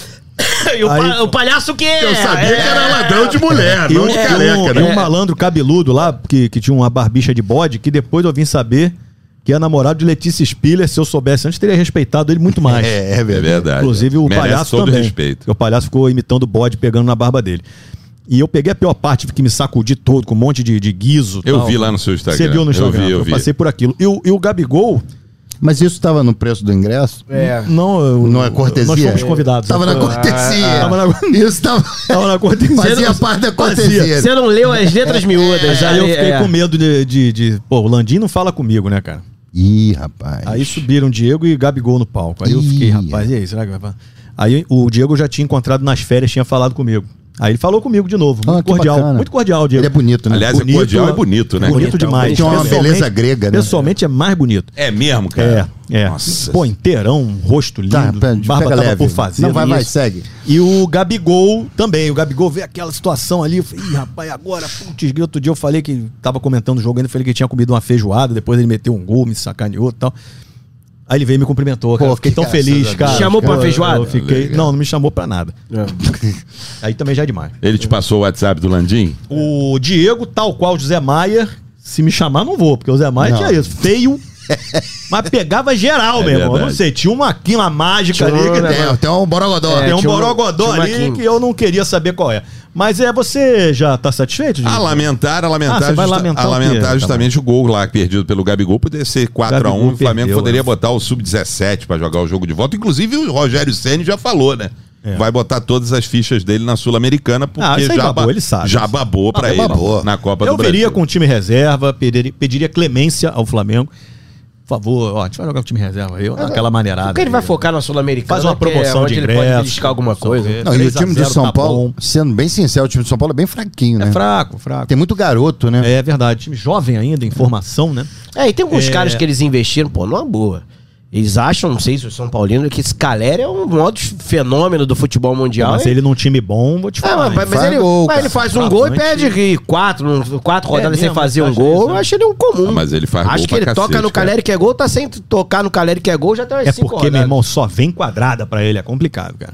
Speaker 3: E o,
Speaker 2: Aí-
Speaker 3: pa- o palhaço que é?
Speaker 4: Eu sabia que era ladrão de mulher,
Speaker 2: E
Speaker 4: não
Speaker 2: um,
Speaker 4: de
Speaker 2: e um-
Speaker 4: careca,
Speaker 2: e um
Speaker 4: né?
Speaker 2: malandro cabeludo lá, que, que tinha uma barbicha de bode, que depois eu vim saber que é namorado de Letícia Spiller. Se eu soubesse antes, teria respeitado ele muito mais.
Speaker 6: É, é
Speaker 4: É
Speaker 6: verdade.
Speaker 4: verddadeira.
Speaker 2: Inclusive o
Speaker 4: Merece
Speaker 2: palhaço
Speaker 4: todo
Speaker 2: também.
Speaker 4: respeito.
Speaker 2: O palhaço ficou imitando o bode, pegando na barba dele. E eu peguei a pior parte, tive que me sacudir todo, com um monte de, de guiso.
Speaker 4: Eu
Speaker 2: tal.
Speaker 4: vi lá no seu Instagram.
Speaker 2: Você viu no Instagram?
Speaker 4: Eu vi, eu vi.
Speaker 2: passei por aquilo. E o, e o Gabigol,
Speaker 6: Mas isso tava no preço do ingresso?
Speaker 3: É.
Speaker 2: não... eu-
Speaker 6: Não é cortesia?
Speaker 2: Nós fomos convidados.
Speaker 6: Tava
Speaker 2: né?
Speaker 6: na cortesia.
Speaker 2: Tava na-
Speaker 6: Isso tava.
Speaker 2: Tava na cortesia.
Speaker 6: Fazia parte da cortesia.
Speaker 3: Você não leu as letras miúdas.
Speaker 2: Mas É. aí eu
Speaker 3: ali,
Speaker 2: fiquei
Speaker 3: é.
Speaker 2: com medo de, de, de- Pô, o Landim não fala comigo, né, cara?
Speaker 6: Ih, rapaz.
Speaker 2: Aí subiram Diego e Gabigol no palco. Aí eu
Speaker 6: Ih.
Speaker 2: fiquei, rapaz, e aí, será que vai... pra- Aí o Diego já tinha encontrado nas férias, tinha falado comigo. Aí ele falou comigo de novo,
Speaker 6: Ah,
Speaker 2: muito
Speaker 6: que
Speaker 2: cordial.
Speaker 6: bacana.
Speaker 2: Muito cordial, Diego.
Speaker 6: Ele é bonito, né?
Speaker 4: Aliás, é cordial e bonito, né?
Speaker 2: Bonito, demais.
Speaker 6: Ele tinha uma
Speaker 2: Pessoalmente-
Speaker 6: beleza grega, né?
Speaker 2: Pessoalmente é mais bonito.
Speaker 4: É mesmo,
Speaker 2: É,
Speaker 4: cara?
Speaker 2: é.
Speaker 4: Nossa.
Speaker 2: Pô, inteirão, um rosto lindo,
Speaker 6: Tá, pera,
Speaker 2: barba
Speaker 6: pega
Speaker 2: tava
Speaker 6: leve.
Speaker 2: por fazer. é
Speaker 6: Não, vai, vai,
Speaker 2: isso.
Speaker 6: segue.
Speaker 2: E o Gabigol também. O Gabigol vê aquela situação ali. Eu falei, Ih, rapaz, agora, putz, grilo, outro dia eu falei que tava comentando o jogo ainda, falei que tinha comido uma feijoada, depois ele meteu um gol, me sacaneou e tal. Aí ele veio e me cumprimentou, cara.
Speaker 6: Pô,
Speaker 2: Eu fiquei
Speaker 6: que
Speaker 2: tão
Speaker 6: graças a
Speaker 2: feliz,
Speaker 6: Deus.
Speaker 2: cara.
Speaker 3: Chamou pra
Speaker 2: Eu-
Speaker 3: feijoada?
Speaker 2: eu fiquei...
Speaker 4: Legal.
Speaker 2: Não, não me chamou pra nada. Aí também já é demais.
Speaker 4: Ele te passou o WhatsApp do Landim?
Speaker 2: O Diego, tal qual o José Maia, se me chamar, não vou, porque o Zé Maia
Speaker 6: Não.
Speaker 2: tinha isso. Feio. mas pegava geral,
Speaker 4: É
Speaker 2: meu irmão. Eu Não
Speaker 4: verdade.
Speaker 2: sei, tinha uma, tinha uma mágica
Speaker 3: Tinha
Speaker 2: ali. Que
Speaker 3: um
Speaker 2: tem,
Speaker 6: Tem, tem um borogodó.
Speaker 3: É,
Speaker 2: tem um
Speaker 3: tinha um-
Speaker 2: borogodó
Speaker 3: tinha uma
Speaker 2: ali
Speaker 3: química.
Speaker 2: que eu não queria saber qual é. Mas é, você já tá satisfeito,
Speaker 6: Ah,
Speaker 4: A
Speaker 2: Diego?
Speaker 4: lamentar, a lamentar,
Speaker 2: Ah, você vai
Speaker 4: justa-
Speaker 2: lamentar
Speaker 4: a
Speaker 2: o quê,
Speaker 4: lamentar
Speaker 2: Tamar?
Speaker 4: justamente o gol lá perdido pelo Gabigol. Poderia ser 4x1.
Speaker 2: Gabigol
Speaker 4: O Flamengo
Speaker 2: perdeu,
Speaker 4: poderia
Speaker 2: né?
Speaker 4: botar o sub-17 pra jogar o jogo de volta. Inclusive, o Rogério Ceni já falou, né?
Speaker 2: É.
Speaker 4: Vai botar todas as fichas dele na Sul-Americana, porque
Speaker 2: Ah, isso aí
Speaker 4: já,
Speaker 2: babou,
Speaker 4: ba-
Speaker 2: ele sabe.
Speaker 4: já babou pra ele
Speaker 6: babou.
Speaker 4: na Copa
Speaker 2: eu
Speaker 4: do
Speaker 2: viria
Speaker 4: Brasil.
Speaker 2: com o time reserva, pediria, pediria clemência ao Flamengo. Por favor, ó, a gente vai jogar com o time reserva aí, ó, aquela maneirada.
Speaker 3: Porque Ah, ele vai
Speaker 2: aí.
Speaker 3: focar na Sul-Americana.
Speaker 2: Faz uma
Speaker 3: que é
Speaker 2: promoção
Speaker 3: onde
Speaker 2: de
Speaker 3: ele
Speaker 2: ingresso.
Speaker 3: pode beliscar alguma coisa.
Speaker 2: sei
Speaker 6: Não, e o
Speaker 2: 3 a
Speaker 6: time de
Speaker 2: 0
Speaker 6: São
Speaker 2: tá
Speaker 6: Paulo,
Speaker 2: bom.
Speaker 6: sendo bem sincero, o time de São Paulo é bem fraquinho, né?
Speaker 2: É fraco, fraco.
Speaker 6: Tem muito garoto, né?
Speaker 2: É verdade. Time jovem ainda, em formação, né?
Speaker 3: É, e tem alguns
Speaker 2: É.
Speaker 3: caras que eles investiram, pô, numa boa. Eles acham, não sei se o São Paulino, que esse Caleri é um modo fenômeno do futebol mundial.
Speaker 2: Mas
Speaker 3: e-
Speaker 2: ele num time bom, vou te
Speaker 3: É,
Speaker 2: falar.
Speaker 3: mas,
Speaker 2: hein?
Speaker 3: mas
Speaker 6: faz
Speaker 3: ele,
Speaker 6: gol,
Speaker 3: mas
Speaker 6: cara.
Speaker 3: ele faz um gol e
Speaker 2: Bastante.
Speaker 3: perde quatro, um- quatro rodadas
Speaker 2: É mesmo,
Speaker 3: sem fazer um
Speaker 2: acho
Speaker 3: gol.
Speaker 2: isso,
Speaker 3: Eu
Speaker 2: né?
Speaker 3: acho ele um comum.
Speaker 4: Ah, mas ele faz
Speaker 3: Acho
Speaker 4: gol
Speaker 3: que
Speaker 4: pra
Speaker 3: ele
Speaker 4: cacete,
Speaker 3: toca no
Speaker 4: cara.
Speaker 3: Caleri que é gol, tá sem tocar no Caleri que é gol, já tem umas
Speaker 2: É
Speaker 3: cinco
Speaker 2: porque, meu
Speaker 3: rodadas.
Speaker 2: irmão, só vem quadrada pra ele, é complicado, cara.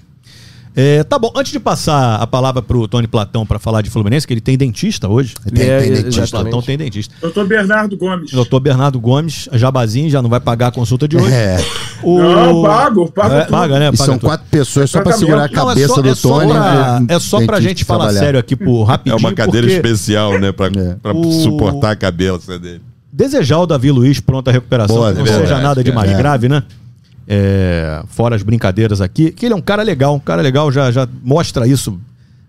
Speaker 2: É, tá bom, antes de passar a palavra pro Tony Platão pra falar de Fluminense, que ele tem dentista hoje.
Speaker 6: Tem,
Speaker 3: É,
Speaker 6: tem dentista.
Speaker 3: exatamente.
Speaker 2: Platão tem dentista.
Speaker 5: Doutor Bernardo Gomes.
Speaker 2: Doutor Bernardo Gomes, jabazinho, já não vai pagar a consulta de hoje.
Speaker 6: É.
Speaker 2: O...
Speaker 5: Não, pago, pago
Speaker 2: É,
Speaker 5: tudo.
Speaker 2: paga, né?
Speaker 6: E
Speaker 2: Paga
Speaker 6: são
Speaker 2: tudo. É,
Speaker 6: quatro pessoas só pra
Speaker 5: Tratamento.
Speaker 6: segurar a
Speaker 2: Não,
Speaker 6: cabeça
Speaker 2: só-
Speaker 6: do
Speaker 2: só
Speaker 6: Tony.
Speaker 2: pra-
Speaker 6: né?
Speaker 2: é só pra
Speaker 6: Dentista
Speaker 2: gente falar
Speaker 6: trabalhar.
Speaker 2: sério aqui por
Speaker 4: É
Speaker 2: rapidinho.
Speaker 4: uma cadeira
Speaker 2: porque
Speaker 4: especial, né? Pra,
Speaker 6: É.
Speaker 4: pra
Speaker 2: O-
Speaker 4: suportar a cabeça dele.
Speaker 2: Desejar o Davi Luiz pronta recuperação,
Speaker 6: Boa,
Speaker 2: que não
Speaker 6: é
Speaker 2: seja
Speaker 4: verdade,
Speaker 2: nada de mais
Speaker 6: cara. É.
Speaker 2: grave, né? É, fora as brincadeiras aqui, que ele é um cara legal, um cara legal, já, já mostra isso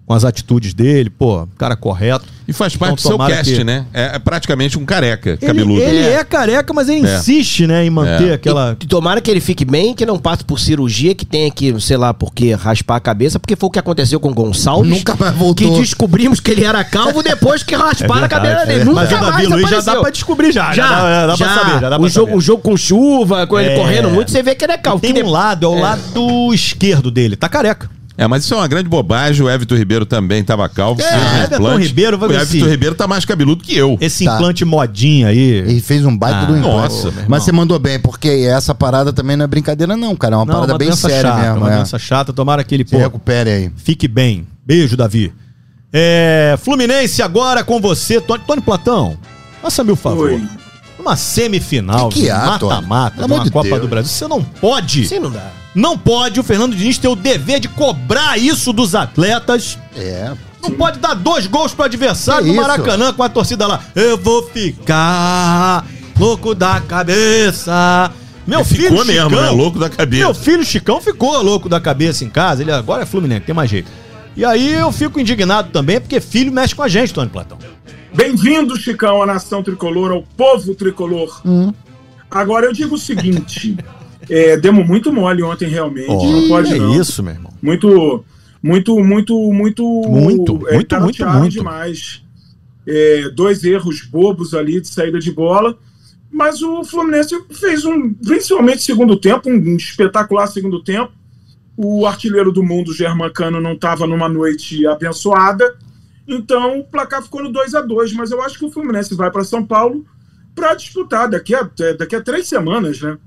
Speaker 2: com as atitudes dele, pô, cara correto.
Speaker 4: E faz
Speaker 2: Então,
Speaker 4: parte do seu
Speaker 2: tomara
Speaker 4: cast,
Speaker 2: que-
Speaker 4: né? É é praticamente um careca
Speaker 2: Ele,
Speaker 4: cabeludo.
Speaker 2: ele é. careca, mas ele
Speaker 4: É.
Speaker 2: insiste, né, em manter
Speaker 4: É.
Speaker 2: aquela.
Speaker 3: E tomara que ele fique bem, que não passe por cirurgia, que tenha que, sei lá, porque raspar a cabeça, porque foi o que aconteceu com o Gonçalves.
Speaker 6: Nunca mais voltou.
Speaker 3: Que descobrimos que ele era calvo depois que rasparam a
Speaker 2: verdade,
Speaker 3: cabeça dele.
Speaker 2: é
Speaker 3: Nunca
Speaker 2: verdade. Mas o
Speaker 3: mais
Speaker 2: Davi Luiz já
Speaker 3: apareceu.
Speaker 2: dá pra descobrir já, já dá- já dá pra saber, já dá pra
Speaker 3: o jogo,
Speaker 2: saber.
Speaker 3: O jogo com chuva, com ele
Speaker 2: É.
Speaker 3: correndo muito, você vê que ele é calvo.
Speaker 2: Tem
Speaker 3: que
Speaker 2: um lado, é o lado esquerdo dele, tá careca.
Speaker 4: É, mas isso é uma grande bobagem. O Everton Ribeiro também tava calvo. fez um
Speaker 2: É, Everton
Speaker 4: implante.
Speaker 2: Ribeiro, assim, vai
Speaker 4: O
Speaker 2: ver se-
Speaker 4: Everton Ribeiro tá mais cabeludo que eu.
Speaker 2: Esse
Speaker 6: Tá.
Speaker 2: implante modinha aí.
Speaker 6: E fez um baita
Speaker 2: Ah,
Speaker 6: do implante.
Speaker 4: nossa, meu
Speaker 2: irmão.
Speaker 6: Mas você mandou bem, porque essa parada também não é brincadeira, não, cara. É uma
Speaker 2: Não,
Speaker 6: parada
Speaker 2: uma
Speaker 6: bem
Speaker 2: doença
Speaker 6: séria
Speaker 2: chata,
Speaker 6: mesmo.
Speaker 2: Uma
Speaker 6: é.
Speaker 2: doença chata, tomara que ele
Speaker 6: Se
Speaker 2: pô,
Speaker 6: recupere aí.
Speaker 2: Fique bem. Beijo, Davi. É, Fluminense agora com você, Tony, Tony Platão. Faça-me o favor.
Speaker 5: Oi.
Speaker 2: Uma semifinal,
Speaker 6: Que que há, Tony?
Speaker 2: mata-mata,
Speaker 6: Pelo
Speaker 2: de
Speaker 6: amor
Speaker 2: uma
Speaker 6: de
Speaker 2: Copa
Speaker 6: Deus.
Speaker 2: do Brasil. Você não pode,
Speaker 3: Sim, não dá.
Speaker 2: não pode o Fernando Diniz ter o dever de cobrar isso dos atletas.
Speaker 6: É.
Speaker 2: Não pode dar dois gols pro adversário
Speaker 6: Que
Speaker 2: no
Speaker 6: isso?
Speaker 2: Maracanã com a torcida lá. Eu vou ficar louco da cabeça. Meu é filho
Speaker 4: Ficou mesmo,
Speaker 2: Chicão,
Speaker 4: né? Louco da cabeça.
Speaker 2: meu filho Chicão ficou louco da cabeça em casa. Ele agora é Fluminense, tem mais jeito. E aí eu fico indignado também, porque filho mexe com a gente, Tony Platão.
Speaker 5: Bem-vindo,
Speaker 2: Hum.
Speaker 5: Chicão, à nação tricolor, ao povo tricolor. Agora eu digo o seguinte: É, demos muito mole ontem, realmente. não pode
Speaker 2: é
Speaker 5: não.
Speaker 2: isso, meu irmão.
Speaker 5: Muito, muito, muito, muito.
Speaker 2: Muito, muito,
Speaker 5: tá
Speaker 2: muito,
Speaker 5: chateado
Speaker 2: muito.
Speaker 5: demais. É, dois erros bobos ali de saída de bola. Mas o Fluminense fez um, principalmente segundo tempo, um espetacular segundo tempo. O artilheiro do mundo, Germancano, não estava numa noite abençoada. Então o placar ficou no 2 a 2 Mas eu acho que o Fluminense vai para São Paulo para disputar daqui a, daqui a três semanas, né?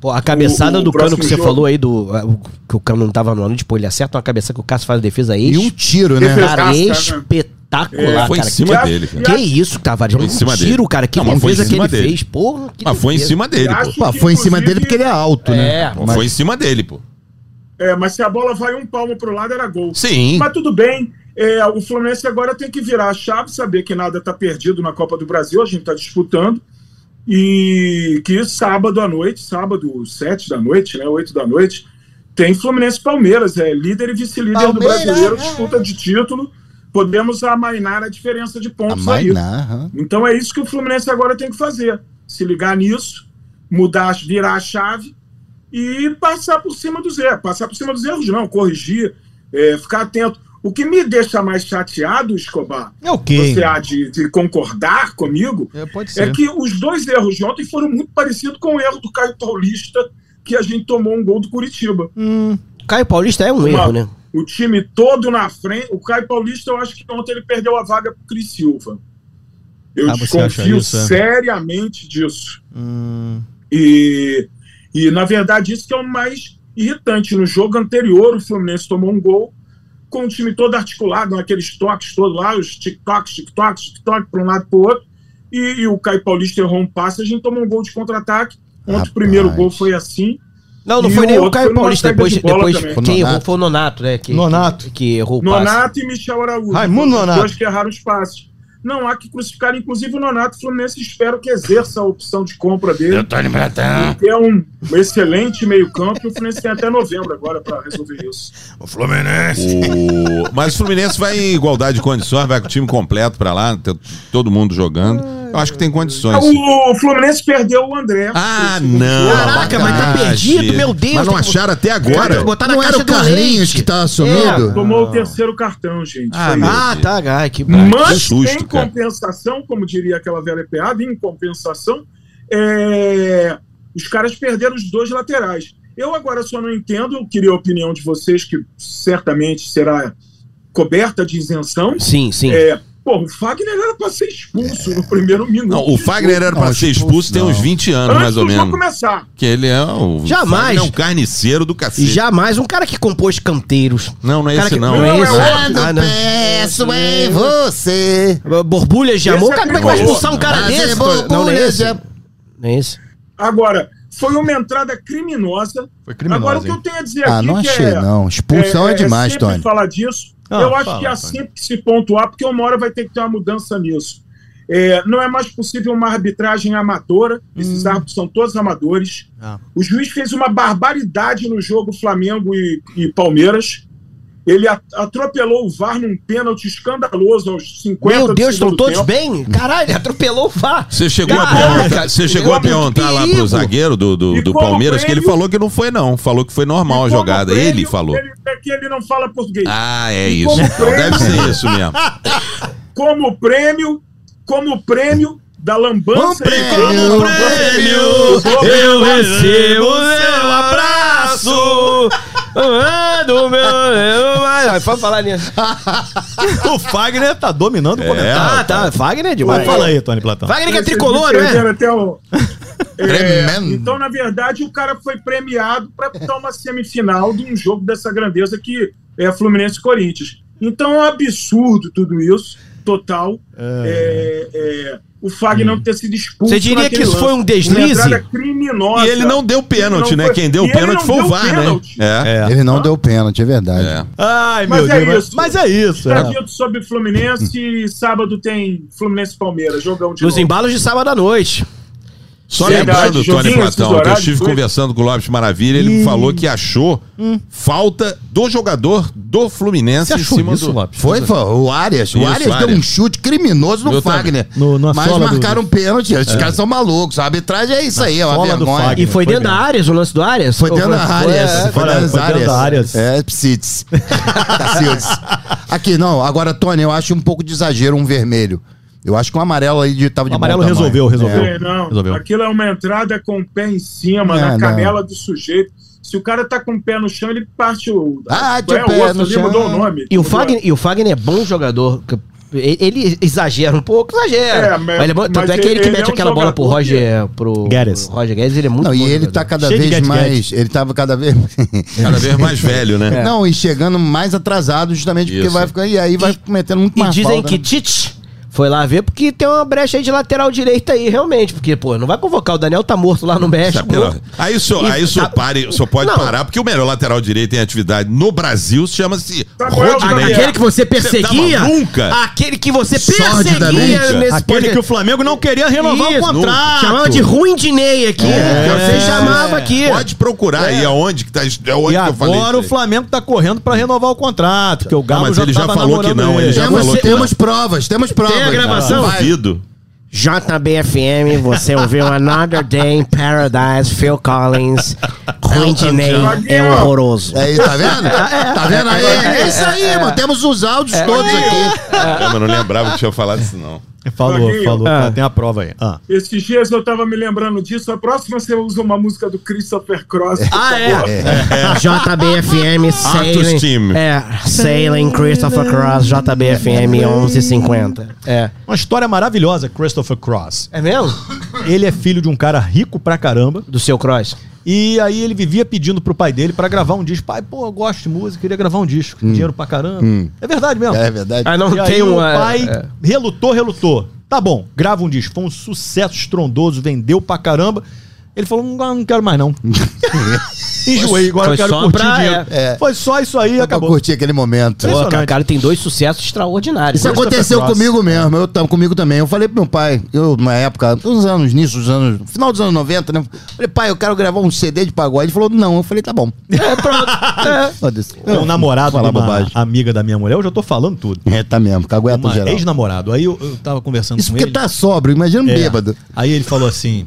Speaker 3: Pô, a cabeçada
Speaker 5: O- o
Speaker 3: do cano
Speaker 5: próximo
Speaker 3: que você
Speaker 5: jogo.
Speaker 3: falou aí, do, ah, o- que o cano não tava no ano, tipo, ele acerta uma cabeça que o Cássio faz a defesa aí.
Speaker 6: E um tiro, né?
Speaker 5: Defesa-
Speaker 3: Cara,
Speaker 5: Desgaste, né?
Speaker 3: espetacular,
Speaker 4: É, Foi em
Speaker 3: cara.
Speaker 4: cima
Speaker 5: Já-
Speaker 4: dele, cara.
Speaker 3: Que é isso, Tavares?
Speaker 4: Foi em
Speaker 3: Um
Speaker 4: cima
Speaker 3: tiro,
Speaker 4: dele.
Speaker 3: cara. Que
Speaker 4: Não, mas foi em
Speaker 3: defesa que
Speaker 4: cima
Speaker 3: ele
Speaker 4: dele.
Speaker 3: fez. Porra, que
Speaker 4: Mas foi em
Speaker 3: defesa.
Speaker 4: cima dele, pô.
Speaker 5: Acho
Speaker 6: Pô,
Speaker 5: que,
Speaker 6: foi em cima dele
Speaker 5: inclusive,
Speaker 6: porque ele é alto, né?
Speaker 3: É,
Speaker 4: Pô, Foi em cima dele, pô.
Speaker 5: É, mas se a bola vai um palmo pro lado, era gol.
Speaker 4: Sim.
Speaker 5: Mas tudo bem. é, o Fluminense agora tem que virar a chave, saber que nada está perdido na Copa do Brasil, a gente está disputando. E que sábado à noite, sábado, sete da noite, né? Oito da noite, tem Fluminense e Palmeiras, é líder e vice-líder do
Speaker 6: Palmeiras,
Speaker 5: brasileiro,
Speaker 6: é.
Speaker 5: disputa de título. Podemos amainar a diferença de
Speaker 6: A
Speaker 5: pontos aí.
Speaker 6: Mainá, Ah, aham.
Speaker 5: Então é isso que o Fluminense agora tem que fazer. Se ligar nisso, mudar, virar a chave e passar por cima dos erros. Passar por cima dos erros, não, corrigir, é, ficar atento. O que me deixa mais chateado, Escobar,
Speaker 2: É o quê?
Speaker 5: você há de, de concordar comigo,
Speaker 2: É, pode
Speaker 5: é que os dois erros de ontem foram muito parecidos com o erro do Caio Paulista, que a gente tomou um gol do Curitiba.
Speaker 3: Caio Paulista é um
Speaker 5: Uma-
Speaker 3: erro, né?
Speaker 5: O time todo na frente. O Caio Paulista, eu acho que ontem ele perdeu a vaga pro Cris Silva. Eu
Speaker 2: Ah, você acha
Speaker 5: desconfio
Speaker 2: isso, é? Hum.
Speaker 5: seriamente disso. E, e, na verdade, isso que é o mais irritante. No jogo anterior, o Fluminense tomou um gol com o time todo articulado, naqueles toques todos lá, os tic-tocs, tic-tocs, tic-toc, para um lado para o outro. E, e o Caio Paulista errou um passe, a gente tomou um gol de contra-ataque. Ontem
Speaker 6: Rapaz.
Speaker 5: o primeiro gol foi assim.
Speaker 3: Não, não
Speaker 5: E
Speaker 3: foi
Speaker 5: o
Speaker 3: nem o
Speaker 5: outro
Speaker 3: Caio
Speaker 5: foi numa
Speaker 3: Paulista.
Speaker 5: saída
Speaker 3: Depois,
Speaker 5: de bola
Speaker 3: depois
Speaker 5: também.
Speaker 6: Foi
Speaker 3: quem
Speaker 6: Nonato.
Speaker 3: errou foi o Nonato, né? Que,
Speaker 2: Nonato.
Speaker 3: Que, que errou o passe.
Speaker 5: Nonato e Michel Araújo.
Speaker 2: Raimundo Nonato.
Speaker 5: Dois que erraram os passes. Não há que crucificar, inclusive o Nonato. O Fluminense espero que exerça a opção de compra dele.
Speaker 4: Antônio Bratão.
Speaker 5: porque É um excelente meio-campo e o Fluminense tem até novembro agora para resolver isso.
Speaker 4: O- Mas o Fluminense vai em igualdade de condições, vai com o time completo pra lá, t- todo mundo jogando. Eu acho que tem condições.
Speaker 2: É,
Speaker 4: sim.
Speaker 5: O Fluminense perdeu o André.
Speaker 4: Ah, não.
Speaker 3: Caraca, mas tá perdido, meu Deus.
Speaker 4: Mas não
Speaker 3: Tem que
Speaker 4: acharam até agora.
Speaker 3: botar
Speaker 6: Não era o Carlinhos que tá
Speaker 3: É.
Speaker 6: assumindo?
Speaker 5: Tomou o terceiro cartão, gente.
Speaker 4: Ah,
Speaker 5: Foi
Speaker 4: meu
Speaker 5: isso.
Speaker 3: Ah, tá. Ai, que
Speaker 4: que
Speaker 5: Mas
Speaker 4: susto,
Speaker 5: em
Speaker 4: cara.
Speaker 5: compensação, como diria aquela velha piada, em compensação, é, os caras perderam os dois laterais. Eu agora só não entendo, eu queria a opinião de vocês, que certamente será coberta de isenção.
Speaker 3: Sim, sim.
Speaker 5: É, pô, o Fagner era para ser expulso no primeiro minuto.
Speaker 4: Não, o Fagner era pra
Speaker 6: Não,
Speaker 4: ser
Speaker 6: expulso,
Speaker 4: expulso tem
Speaker 6: não.
Speaker 4: uns 20 anos,
Speaker 5: Antes
Speaker 4: mais ou
Speaker 5: do jogo
Speaker 4: menos.
Speaker 5: começar.
Speaker 4: Que ele é o
Speaker 3: Jamais.
Speaker 4: Fagner é um carniceiro do
Speaker 3: E
Speaker 4: cacete.
Speaker 3: jamais um cara que compôs canteiros.
Speaker 4: Não, não é
Speaker 3: Cara
Speaker 4: esse
Speaker 3: que-
Speaker 4: não.
Speaker 3: Não é esse.
Speaker 6: Quando
Speaker 3: Ah, não.
Speaker 6: penso em você.
Speaker 3: Borbulhas de
Speaker 5: Esse
Speaker 3: amor.
Speaker 5: é
Speaker 3: Cara, como é que vai
Speaker 5: tricolor.
Speaker 3: expulsar um cara
Speaker 6: Fazer
Speaker 3: desse? Não, não é esse.
Speaker 6: borbulha de-
Speaker 3: Não é esse.
Speaker 5: Agora, foi uma entrada criminosa.
Speaker 2: Foi
Speaker 5: Agora, o
Speaker 2: criminoso.
Speaker 5: que eu tenho a dizer
Speaker 6: Ah,
Speaker 5: aqui
Speaker 6: não
Speaker 5: que
Speaker 6: achei,
Speaker 5: é,
Speaker 6: não. Expulsão é, demais,
Speaker 5: sempre
Speaker 6: Tony.
Speaker 5: falar disso.
Speaker 2: Ah,
Speaker 5: eu acho
Speaker 2: fala,
Speaker 5: que é
Speaker 2: Tony.
Speaker 5: assim que se pontuar, porque uma hora vai ter que ter uma mudança nisso. É, não é mais possível uma arbitragem amadora. Esses árbitros são todos amadores.
Speaker 2: Hum. Ah.
Speaker 5: O juiz fez uma barbaridade no jogo Flamengo e, e Palmeiras. Ele a- atropelou o VAR num pênalti escandaloso aos 50
Speaker 3: Meu
Speaker 5: do
Speaker 3: Deus, estão
Speaker 5: segundo
Speaker 3: todos
Speaker 5: tempo.
Speaker 3: bem? Caralho, atropelou o VAR.
Speaker 4: Você chegou a
Speaker 3: Caraca,
Speaker 4: perguntar, você chegou a
Speaker 3: é muito
Speaker 4: perguntar lá pro
Speaker 3: perigo.
Speaker 4: zagueiro do, do,
Speaker 5: E
Speaker 4: do
Speaker 5: como
Speaker 4: Palmeiras que ele
Speaker 5: prêmio-
Speaker 4: falou que não foi, não. Falou que foi
Speaker 5: E
Speaker 4: normal a
Speaker 5: como
Speaker 4: jogada.
Speaker 5: prêmio,
Speaker 4: Ele falou.
Speaker 5: Ele, é que ele não fala português.
Speaker 4: Ah, é
Speaker 5: E
Speaker 4: isso.
Speaker 5: como
Speaker 4: Então
Speaker 5: prêmio-
Speaker 4: deve ser isso mesmo.
Speaker 5: como prêmio, como prêmio da lambança.
Speaker 6: Um
Speaker 5: de-
Speaker 6: prêmio,
Speaker 5: como
Speaker 6: um
Speaker 5: prêmio,
Speaker 3: eu recebo meu abraço. É Do meu. Vamos falar nisso.
Speaker 2: o Fagner tá dominando o comentário.
Speaker 3: Ah, tá. Wagner é demais.
Speaker 2: Mas fala aí, Tony Platão.
Speaker 3: Wagner que é tricolor,
Speaker 5: Vocês
Speaker 3: né?
Speaker 5: perderam até o- É,
Speaker 6: Tremendo.
Speaker 5: então, na verdade, o cara foi premiado para estar uma semifinal de um jogo dessa grandeza que é Fluminense e Corinthians. Então é um absurdo tudo isso, total. É, é, o Fagner
Speaker 4: Hum.
Speaker 5: não ter sido expulso.
Speaker 3: Você diria
Speaker 5: naquele
Speaker 3: que isso
Speaker 5: lance.
Speaker 3: foi um deslize?
Speaker 5: Uma entrada criminosa.
Speaker 4: E ele não deu pênalti,
Speaker 5: Ele
Speaker 4: né?
Speaker 5: não foi-
Speaker 4: Quem deu
Speaker 5: e
Speaker 4: o
Speaker 5: ele
Speaker 4: pênalti
Speaker 5: não
Speaker 4: foi o
Speaker 5: deu
Speaker 4: VAR,
Speaker 5: pênalti.
Speaker 4: né?
Speaker 2: É.
Speaker 6: Ele não deu pênalti, é verdade.
Speaker 4: É.
Speaker 2: Ai,
Speaker 5: Mas
Speaker 2: meu
Speaker 5: é
Speaker 2: Deus.
Speaker 5: isso.
Speaker 2: Mas, mas é isso. é.
Speaker 5: Tadinho sobre
Speaker 4: Hum.
Speaker 5: Fluminense, e sábado tem Fluminense e Palmeiras, jogão de
Speaker 3: Nos
Speaker 5: novo.
Speaker 3: embalos de sábado à noite.
Speaker 4: Só
Speaker 5: Verdade,
Speaker 4: lembrando, Tony
Speaker 5: joguinho, esses
Speaker 4: Platão, que eu
Speaker 5: horários,
Speaker 4: estive
Speaker 5: tudo.
Speaker 4: conversando com o Lopes Maravilha, ele me falou que achou
Speaker 5: Hum.
Speaker 4: falta do jogador do Fluminense
Speaker 2: Você
Speaker 4: em
Speaker 2: achou
Speaker 4: cima
Speaker 2: isso,
Speaker 4: do.
Speaker 2: Lopes?
Speaker 6: Foi, foi, o Arias.
Speaker 4: Isso,
Speaker 6: o Arias deu
Speaker 4: Arias.
Speaker 6: um chute criminoso no
Speaker 4: Eu também. É.
Speaker 6: Fagner.
Speaker 2: No- na
Speaker 6: mas
Speaker 2: sola do-
Speaker 6: marcaram um pênalti. Esses caras são malucos. A arbitragem é isso aí, é uma
Speaker 2: sola do
Speaker 6: vergonha.
Speaker 2: Fagner.
Speaker 3: E foi
Speaker 2: Foi
Speaker 3: dentro da
Speaker 2: mesmo.
Speaker 3: área o lance do Arias?
Speaker 6: Foi
Speaker 3: Ou
Speaker 6: dentro da área.
Speaker 3: Foi,
Speaker 6: é,
Speaker 2: Foi
Speaker 6: Foi
Speaker 2: dentro
Speaker 6: dentro
Speaker 2: da
Speaker 6: das
Speaker 2: áreas.
Speaker 6: áreas. É, psites. Cacites. Aqui, não. Agora, Tony, eu acho um pouco de exagero um vermelho. Eu acho que um amarelo aí de, tava de
Speaker 2: O
Speaker 6: bom
Speaker 2: amarelo
Speaker 6: tamanho.
Speaker 2: resolveu, resolveu.
Speaker 6: É.
Speaker 5: É, não.
Speaker 2: Resolveu.
Speaker 5: Aquilo é uma entrada com o pé em cima,
Speaker 6: É,
Speaker 5: na
Speaker 6: não.
Speaker 5: canela do sujeito. Se o cara tá com o pé no chão, ele parte o.
Speaker 6: Ah,
Speaker 5: qual
Speaker 6: de pé
Speaker 5: outro
Speaker 6: no
Speaker 5: ali?
Speaker 6: chão.
Speaker 5: Mudou o nome.
Speaker 3: E o,
Speaker 5: Mudou.
Speaker 3: Fagner, e o Fagner é bom jogador. que- Ele ele exagera um pouco, exagera.
Speaker 5: É, mas-
Speaker 3: mas ele é bom- tanto
Speaker 5: mas
Speaker 3: é que ele que
Speaker 5: ele
Speaker 3: mete
Speaker 5: é um
Speaker 3: aquela bola pro
Speaker 5: jogador que- é.
Speaker 3: Roger, pro,
Speaker 2: Guedes.
Speaker 3: pro Roger Guedes, ele é muito
Speaker 6: Não,
Speaker 3: bom.
Speaker 6: e ele
Speaker 3: jogador.
Speaker 6: tá cada
Speaker 2: Cheio de
Speaker 6: vez
Speaker 2: gadget.
Speaker 6: mais. Ele tava cada vez.
Speaker 4: Cada vez mais velho,
Speaker 2: É.
Speaker 4: né?
Speaker 6: Não, e chegando mais atrasado, justamente porque
Speaker 4: Isso.
Speaker 6: vai ficando. E aí vai cometendo muito
Speaker 3: E
Speaker 6: mais
Speaker 3: dizem
Speaker 6: falta,
Speaker 3: que
Speaker 6: né?
Speaker 3: Tite foi lá ver porque tem uma brecha aí de lateral direita aí, realmente. Porque, pô, não vai convocar. O Daniel tá morto lá no
Speaker 4: Tá
Speaker 2: É.
Speaker 3: México.
Speaker 4: pela- ah, Aí o senhor,
Speaker 3: Isso,
Speaker 4: aí o senhor,
Speaker 3: tá-
Speaker 4: pare, o senhor pode
Speaker 3: Não.
Speaker 4: parar, porque o melhor lateral direito em atividade no Brasil chama-se
Speaker 5: Samuel
Speaker 4: Rodinei.
Speaker 5: Xavier.
Speaker 3: Aquele que você
Speaker 4: Você
Speaker 3: perseguia.
Speaker 4: tava nunca.
Speaker 3: Aquele que você
Speaker 6: Sordidamente.
Speaker 3: perseguia nesse
Speaker 2: Aquele que o Flamengo não queria renovar o
Speaker 3: Isso.
Speaker 2: contrato.
Speaker 3: Chamava de ruim Dinei aqui.
Speaker 4: É.
Speaker 3: Você chamava aqui.
Speaker 4: Pode procurar aí aonde que tá. É onde
Speaker 2: E
Speaker 4: que eu falei.
Speaker 2: agora o Flamengo tá correndo pra renovar o contrato,
Speaker 3: Tá,
Speaker 2: porque o Galo
Speaker 4: mas
Speaker 2: já
Speaker 4: ele já
Speaker 2: tava
Speaker 4: falou que
Speaker 2: namorando
Speaker 4: não, ele já
Speaker 6: Temos,
Speaker 4: falou que
Speaker 6: temos provas, temos provas.
Speaker 3: a gravação?
Speaker 6: Vai.
Speaker 4: Duvido.
Speaker 3: JBFM, você ouviu Another Day in Paradise, Phil Collins. Ruim Dinei é horroroso.
Speaker 6: É isso, tá vendo? Tá vendo aí? É isso aí, mano. Temos os áudios
Speaker 2: É.
Speaker 6: todos
Speaker 4: É.
Speaker 6: aqui.
Speaker 4: Não, mas não lembrava que tinha falado isso, não.
Speaker 2: Falou,
Speaker 5: Flavinho.
Speaker 2: falou. tá, tem a prova aí. Ah.
Speaker 5: Esses dias eu tava me lembrando disso. A próxima você usa uma música do Christopher Cross.
Speaker 3: Ah, é? JBFM
Speaker 4: Artus Team.
Speaker 3: Sailing. É, Sailing Christopher Cross, JBFM 1150. É.
Speaker 2: Uma história maravilhosa, Christopher Cross.
Speaker 3: É mesmo?
Speaker 2: Ele é filho de um cara rico pra caramba.
Speaker 3: Do seu Cross.
Speaker 2: E aí ele vivia pedindo pro pai dele pra gravar um disco. Pai, pô, eu gosto de música, queria gravar um disco. Dinheiro pra caramba. É verdade mesmo.
Speaker 6: Hum. É verdade.
Speaker 3: Ah, não
Speaker 2: e aí
Speaker 3: tem
Speaker 2: o
Speaker 3: um. é,
Speaker 2: pai
Speaker 3: é.
Speaker 2: relutou, relutou. Tá bom, grava um disco. Foi um sucesso estrondoso, vendeu pra caramba. Ele falou, não, não quero mais não. Enjoei, agora
Speaker 3: foi
Speaker 2: eu quero
Speaker 3: só
Speaker 2: curtir
Speaker 3: pra-
Speaker 2: o dinheiro.
Speaker 6: é.
Speaker 2: Foi só isso aí,
Speaker 6: Pra
Speaker 2: acabou.
Speaker 6: curtir aquele momento.
Speaker 3: Pô,
Speaker 2: Impressionante.
Speaker 3: cara, cara, tem dois sucessos extraordinários.
Speaker 6: Isso
Speaker 3: Dois
Speaker 6: aconteceu
Speaker 2: Cross.
Speaker 6: comigo mesmo, eu tam, comigo também. Eu falei pro meu pai, eu, na época, uns anos nisso, uns anos. Final dos anos 90, né? Falei, pai, eu quero gravar um CD de pagode. Ele falou, não. Eu falei, tá bom.
Speaker 3: É, pronto. É.
Speaker 6: Foda-se.
Speaker 2: Tem um namorado de
Speaker 6: falar
Speaker 2: uma
Speaker 6: bobagem.
Speaker 2: amiga da minha mulher, eu já tô falando tudo.
Speaker 6: É, tá mesmo, cagueta
Speaker 2: Uma
Speaker 6: geral.
Speaker 2: ex-namorado. Aí eu, eu tava conversando
Speaker 6: Isso
Speaker 2: com
Speaker 6: porque
Speaker 2: ele.
Speaker 6: tá sóbrio, imagina um
Speaker 2: É.
Speaker 6: bêbado.
Speaker 2: Aí ele falou assim: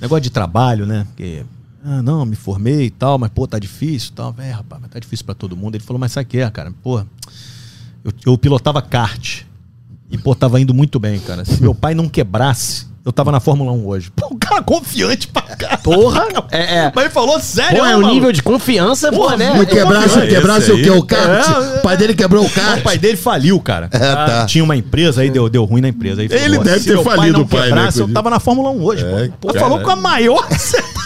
Speaker 2: negócio de trabalho, né? Porque, ah, não, me formei e tal, mas pô, tá difícil e tal. É, rapaz, mas tá difícil pra todo mundo. Ele falou, mas sabe o que é, cara? Pô, eu, eu pilotava kart. E, pô, tava indo muito bem, cara. Se meu pai não quebrasse, eu tava na Fórmula 1 hoje. Pô, o cara confiante pra caralho.
Speaker 3: Porra. É, é.
Speaker 2: Mas ele falou sério,
Speaker 3: Pô, é
Speaker 2: né,
Speaker 3: um
Speaker 2: maluco?
Speaker 3: nível de confiança, pô,
Speaker 2: Porra,
Speaker 3: né?
Speaker 2: muito
Speaker 6: Não
Speaker 3: É.
Speaker 6: Um quebrasse,
Speaker 4: é
Speaker 6: quebrasse
Speaker 4: esse
Speaker 6: o quê?
Speaker 4: aí.
Speaker 6: O kart?
Speaker 2: É,
Speaker 6: O pai dele quebrou o
Speaker 2: O
Speaker 6: kart.
Speaker 2: pai dele faliu, cara.
Speaker 6: É, tá.
Speaker 2: Tinha uma empresa aí, deu, deu ruim na empresa. Aí
Speaker 4: Ele
Speaker 2: falou,
Speaker 4: deve
Speaker 2: "Se
Speaker 4: ter
Speaker 2: meu pai
Speaker 4: falido
Speaker 2: não
Speaker 4: o pai, né,
Speaker 2: quebrasse, Eu
Speaker 4: coitado?"
Speaker 2: tava na Fórmula 1 hoje.
Speaker 4: É,
Speaker 2: pô. Pô, falou
Speaker 4: caralho.
Speaker 2: com a maior.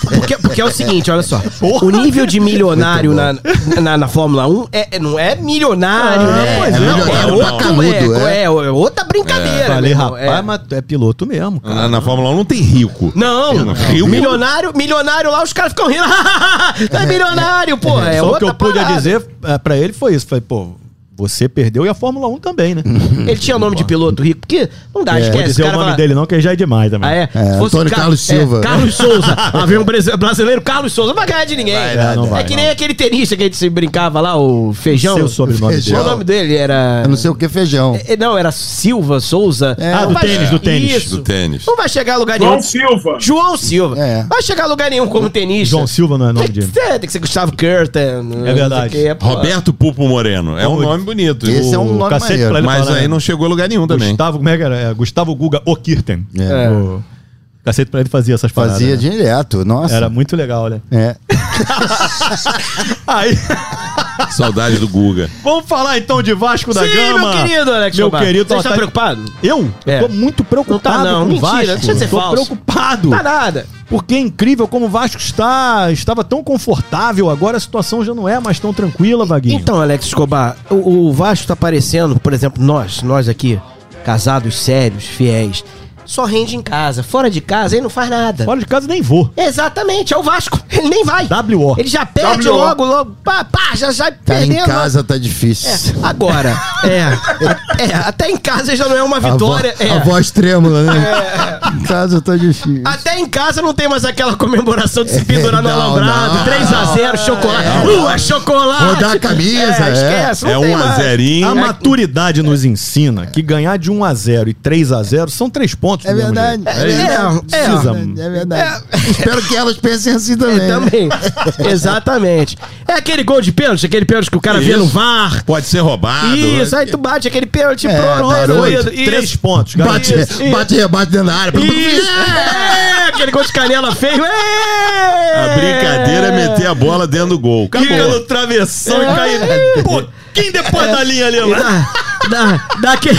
Speaker 3: Porque, porque é o seguinte, olha só.
Speaker 2: Porra.
Speaker 3: O nível de milionário na, na, na Fórmula 1 é, é- não é milionário,
Speaker 2: Ah,
Speaker 3: né?
Speaker 2: pois é,
Speaker 3: não,
Speaker 4: milionário
Speaker 6: tá
Speaker 3: é, outro-
Speaker 6: parrudo,
Speaker 3: é, é outra brincadeira.
Speaker 2: Falei,
Speaker 3: meu irmão,
Speaker 2: rapaz,
Speaker 3: é.
Speaker 2: mas tu é piloto mesmo, cara.
Speaker 4: Na, na Fórmula 1 não tem rico.
Speaker 3: Não,
Speaker 4: Não, Rio
Speaker 3: milionário, milionário lá, os caras ficam rindo. tá milionário, pô. É
Speaker 2: É. Só o que
Speaker 3: outra
Speaker 2: eu pude
Speaker 3: parada.
Speaker 2: dizer é, pra ele foi isso. Falei, pô, você perdeu e a Fórmula 1 também, né?
Speaker 3: Ele tinha nome de piloto rico, porque não dá,
Speaker 2: Não
Speaker 3: esquece.
Speaker 2: É, vou dizer
Speaker 3: o
Speaker 2: o
Speaker 3: É, cara
Speaker 2: nome
Speaker 3: fala-
Speaker 2: dele não, que aí já é demais também.
Speaker 3: Ah, é?
Speaker 6: É,
Speaker 3: Se fosse
Speaker 6: Antônio Carlos Silva.
Speaker 3: Carlos Souza. Lá vem um brasi- brasileiro, Carlos Souza. Não vai ganhar de ninguém.
Speaker 6: Vai,
Speaker 2: É, não vai,
Speaker 3: é que
Speaker 2: não.
Speaker 3: nem aquele tenista que a gente se brincava lá, o Feijão.
Speaker 2: Seu sobrenome
Speaker 6: Feijão.
Speaker 3: Qual o
Speaker 2: dele.
Speaker 3: nome dele era.
Speaker 6: Eu não sei o que, feijão.
Speaker 3: É, Não, era Silva Souza.
Speaker 6: É.
Speaker 2: Ah,
Speaker 3: Não
Speaker 2: do
Speaker 3: vai-
Speaker 2: tênis, do tênis.
Speaker 3: Isso.
Speaker 4: Do tênis.
Speaker 3: Não vai chegar a lugar nenhum.
Speaker 5: João Silva.
Speaker 3: João Silva.
Speaker 6: É.
Speaker 3: Vai chegar a lugar nenhum como tenista.
Speaker 2: João Silva não é nome
Speaker 3: Tem que,
Speaker 2: de.
Speaker 3: ser, tem que ser Gustavo Curtin.
Speaker 2: É verdade.
Speaker 4: Roberto Pupo Moreno. É um nome bonito.
Speaker 6: Esse é um
Speaker 2: O
Speaker 6: nome
Speaker 2: cacete
Speaker 6: maneiro.
Speaker 2: pra ele
Speaker 4: Mas
Speaker 2: falar,
Speaker 4: aí
Speaker 2: né?
Speaker 4: não chegou a lugar nenhum também.
Speaker 2: Gustavo, como é que era? É, Gustavo Guga O'Kirten.
Speaker 6: É.
Speaker 2: O cacete pra ele fazia essas paradas.
Speaker 6: Fazia
Speaker 2: né?
Speaker 6: direto, nossa.
Speaker 2: Era muito legal, né?
Speaker 6: É.
Speaker 2: Aí,
Speaker 4: Saudade do Guga.
Speaker 2: vamos falar então de Vasco da
Speaker 3: Sim,
Speaker 2: Gama.
Speaker 3: meu querido Alex
Speaker 2: Meu
Speaker 3: Escobar.
Speaker 2: querido,
Speaker 3: Você
Speaker 2: ó,
Speaker 3: está
Speaker 2: tá-
Speaker 3: preocupado?
Speaker 2: Eu?
Speaker 3: É.
Speaker 2: Tô muito preocupado
Speaker 3: Não tá, não.
Speaker 2: com o
Speaker 3: Mentira,
Speaker 2: Vasco.
Speaker 3: deixa de ser
Speaker 2: Tô
Speaker 3: falso.
Speaker 2: preocupado.
Speaker 3: Tá nada.
Speaker 2: Porque é incrível como o Vasco está, estava tão confortável, agora a situação já não é mais tão tranquila, Vaguinho.
Speaker 3: Então, Alex Escobar, o, o Vasco tá parecendo, por exemplo, nós, nós aqui, casados sérios, fiéis, só rende em casa. Fora de casa, ele não faz nada.
Speaker 2: Fora de casa nem vou.
Speaker 3: Exatamente, é o Vasco. Ele ele nem vai.
Speaker 2: W.O..
Speaker 3: Ele já perde
Speaker 5: W.O..
Speaker 3: logo, logo. Pá, pá, já sai
Speaker 6: um Tá em
Speaker 3: perdendo.
Speaker 6: casa, tá difícil.
Speaker 3: É, agora, é, é, até em casa já não é uma
Speaker 6: A, vo-
Speaker 3: vitória. é.
Speaker 6: a voz trêmula, né? Em casa tá difícil.
Speaker 3: Até em casa não tem mais aquela comemoração de se pendurar no
Speaker 6: não, É não. É.
Speaker 3: alambrado. 3x0, chocolate. Rua, chocolate.
Speaker 6: Rodar a camisa,
Speaker 3: É, esquece.
Speaker 4: É
Speaker 3: não tem
Speaker 4: um a
Speaker 3: mais.
Speaker 2: A
Speaker 4: zerinho.
Speaker 2: maturidade nos ensina que ganhar de 1 a 0 e 3 a 0 são três pontos.
Speaker 6: É
Speaker 2: do mesmo
Speaker 6: verdade.
Speaker 2: jeito.
Speaker 6: É verdade.
Speaker 3: É, é.
Speaker 2: Precisa-
Speaker 6: É verdade. Espero que elas pensem assim também.
Speaker 3: É, também. Exatamente. É aquele gol de pênalti, aquele pênalti que o cara vê
Speaker 4: Isso.
Speaker 3: no VAR.
Speaker 4: Pode ser roubado.
Speaker 3: Isso, aí tu bate aquele pênalti
Speaker 6: É,
Speaker 3: pronto.
Speaker 6: garoto.
Speaker 3: Pedro. Isso.
Speaker 2: Três pontos, galera.
Speaker 6: Bate,
Speaker 3: Isso, isso.
Speaker 6: bate e rebate dentro da área.
Speaker 3: Isso. É, aquele gol de canela feio. É.
Speaker 4: A brincadeira é meter a bola dentro do gol.
Speaker 2: Fica
Speaker 4: Acabou.
Speaker 2: no travessão e cai um pouquinho depois da linha ali,
Speaker 3: E
Speaker 2: lá.
Speaker 3: Dá, dá, dá, aquele,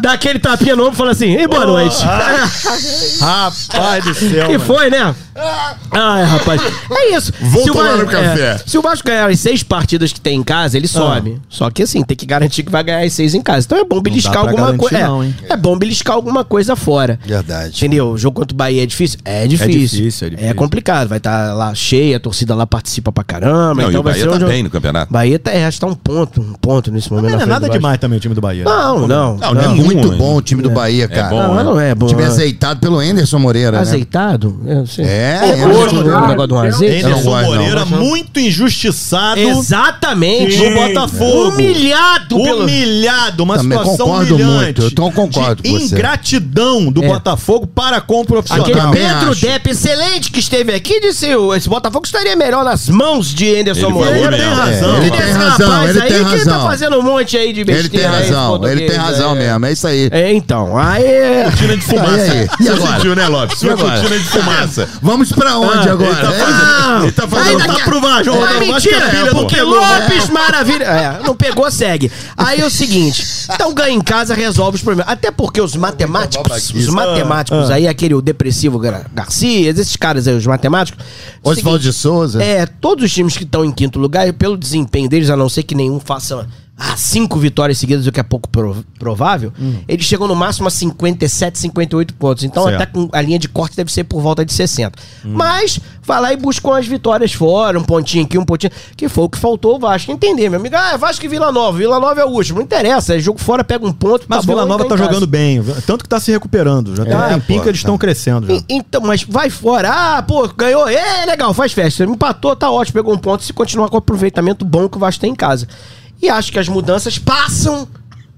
Speaker 3: dá aquele tapinha no ombro e fala assim, ei, boa noite.
Speaker 4: ah,
Speaker 2: Rapaz do céu.
Speaker 3: Que
Speaker 2: mano.
Speaker 3: foi, né?
Speaker 4: Ah.
Speaker 3: Ai, rapaz. É isso.
Speaker 4: Vou
Speaker 3: Se o
Speaker 4: tomar
Speaker 3: Vasco-
Speaker 4: um café. Ah.
Speaker 3: é, se o Vasco ganhar as seis partidas que tem em casa, ele sobe. Só que assim, tem que garantir que vai ganhar as seis em casa. Então é bom beliscar
Speaker 2: dá pra
Speaker 3: alguma
Speaker 2: garantir
Speaker 3: coisa.
Speaker 2: não, hein?
Speaker 3: É, é bom beliscar alguma coisa fora.
Speaker 4: É.
Speaker 6: Verdade.
Speaker 3: Entendeu? O jogo contra o Bahia é difícil? É difícil.
Speaker 2: difícil, é difícil.
Speaker 3: complicado. Vai estar lá cheia, a torcida lá participa pra caramba.
Speaker 4: Não, e
Speaker 3: então
Speaker 4: o
Speaker 3: vai
Speaker 4: Bahia
Speaker 3: ser um
Speaker 4: tá
Speaker 3: jogo-
Speaker 4: bem no campeonato.
Speaker 3: Bahia tá, é, acho que tá um ponto, um ponto nesse momento.
Speaker 2: Não
Speaker 3: na
Speaker 2: é
Speaker 3: frente
Speaker 2: nada
Speaker 3: do Vasco.
Speaker 2: demais né? Tá também o time do Bahia.
Speaker 3: Não, não.
Speaker 4: Não,
Speaker 6: É
Speaker 4: não.
Speaker 6: muito
Speaker 4: ruim.
Speaker 6: bom o time do Bahia, cara.
Speaker 4: bom,
Speaker 3: Não,
Speaker 4: né?
Speaker 3: não é
Speaker 6: O
Speaker 3: bom.
Speaker 6: time é aceitado pelo Anderson Moreira, né?
Speaker 3: Azeitado? Eu sei.
Speaker 6: É,
Speaker 3: Pô,
Speaker 6: é.
Speaker 3: hoje, o negócio do azeite.
Speaker 6: Eu não
Speaker 2: Anderson
Speaker 6: gosto, não.
Speaker 2: Moreira, Tá muito injustiçado
Speaker 3: Exatamente.
Speaker 2: no Botafogo.
Speaker 3: Humilhado pelo...
Speaker 2: Humilhado, uma
Speaker 6: Também
Speaker 2: situação
Speaker 6: concordo
Speaker 2: humilhante.
Speaker 6: muito, eu tô- concordo
Speaker 2: de
Speaker 6: com você.
Speaker 2: Ingratidão do
Speaker 3: É.
Speaker 2: Botafogo para com o profissional.
Speaker 3: Aquele
Speaker 6: também
Speaker 3: Pedro
Speaker 6: acho.
Speaker 3: Depp, excelente, que esteve aqui, disse "O- esse Botafogo estaria melhor nas mãos de Anderson
Speaker 4: Ele foi
Speaker 3: Moreira.
Speaker 4: humilhado.
Speaker 2: tem
Speaker 6: É,
Speaker 2: razão. mano.
Speaker 3: Esse
Speaker 6: ele tem
Speaker 3: rapaz
Speaker 6: razão, ele
Speaker 3: aí
Speaker 6: tem
Speaker 3: que tá
Speaker 6: razão.
Speaker 3: fazendo um monte aí de
Speaker 6: Ele tem
Speaker 3: besteira. aí,
Speaker 6: razão, ele tem
Speaker 3: português,
Speaker 6: razão
Speaker 3: é.
Speaker 6: mesmo, é isso aí.
Speaker 3: É, então, aí...
Speaker 4: Cortina de fumaça.
Speaker 6: Aí,
Speaker 3: É,
Speaker 6: aí. E
Speaker 4: Você
Speaker 6: agora?
Speaker 4: sentiu, né, Lopes?
Speaker 6: E
Speaker 4: Sua
Speaker 6: agora?
Speaker 4: cortina de fumaça.
Speaker 6: Vamos
Speaker 3: Ah,
Speaker 6: pra onde agora? É?
Speaker 4: Ele tá
Speaker 6: Ah,
Speaker 4: fazendo. Ele tá fazendo.
Speaker 3: Aí daqui-
Speaker 2: pro Vasco,
Speaker 3: É,
Speaker 2: Rodolfo, acho que é
Speaker 3: mentira,
Speaker 2: filha do
Speaker 3: porque
Speaker 2: Pelô, né?
Speaker 3: Lopes, maravilha. É, não pegou, segue. Aí é o seguinte: então ganha em casa, resolve os problemas. Até porque os matemáticos, os matemáticos aí, aquele o depressivo Gar- Garcia, esses caras aí, os matemáticos.
Speaker 6: Oswaldo de Souza.
Speaker 3: É, todos os times que estão em quinto lugar, pelo desempenho deles, a não ser que nenhum faça ah, cinco vitórias seguidas, o que é pouco prov- provável,
Speaker 2: Hum.
Speaker 3: eles chegam no máximo a 57, 58 pontos. Então,
Speaker 2: Certo. Hum.
Speaker 3: até com a linha de corte deve ser por volta de 60. Mas, vai lá e busca umas vitórias fora, um pontinho aqui, um pontinho. Que foi o que faltou o Vasco. Entender, meu amigo. Ah, é Vasco e Vila Nova. Vila Nova é o último. Não interessa. É jogo fora, pega um ponto.
Speaker 2: Mas o Vila
Speaker 3: bom,
Speaker 2: Nova
Speaker 3: e
Speaker 2: tá
Speaker 3: ganha em casa.
Speaker 2: jogando bem, tanto que tá se recuperando. Já tem um
Speaker 6: É,
Speaker 2: tempinho
Speaker 6: pô,
Speaker 2: que eles estão
Speaker 6: tá.
Speaker 2: crescendo. já.
Speaker 3: E- Então, mas vai fora. Ah, pô, ganhou. É, legal, faz festa. Empatou, tá ótimo, pegou um ponto. Se continuar com o aproveitamento bom que o Vasco tem em casa. E acho que as mudanças passam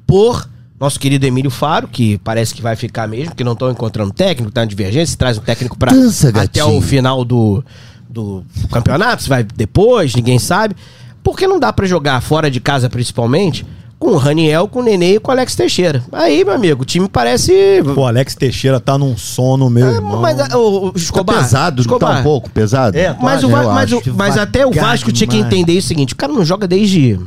Speaker 3: por nosso querido Emílio Faro, que parece que vai ficar mesmo, que não estão encontrando técnico, tá em divergência, traz um técnico pra
Speaker 6: Dança,
Speaker 3: até
Speaker 6: gatinho.
Speaker 3: o final do, do campeonato, se vai depois, ninguém sabe. Porque não dá pra jogar fora de casa, principalmente, com o Raniel, com o Nenê e com o Alex Teixeira. Aí, meu amigo, o time parece.
Speaker 2: Pô, Alex Teixeira tá num sono, meu
Speaker 3: Ah,
Speaker 2: irmão.
Speaker 3: Mas ah, o, o Escobar,
Speaker 6: pesado,
Speaker 3: Escobar,
Speaker 6: tá um pouco pesado?
Speaker 2: É, tá,
Speaker 3: Mas, o,
Speaker 6: Eu
Speaker 3: Va- mas,
Speaker 6: acho.
Speaker 3: o- mas até o
Speaker 2: Devagar
Speaker 3: Vasco tinha que
Speaker 2: demais.
Speaker 3: entender o seguinte: o cara não joga desde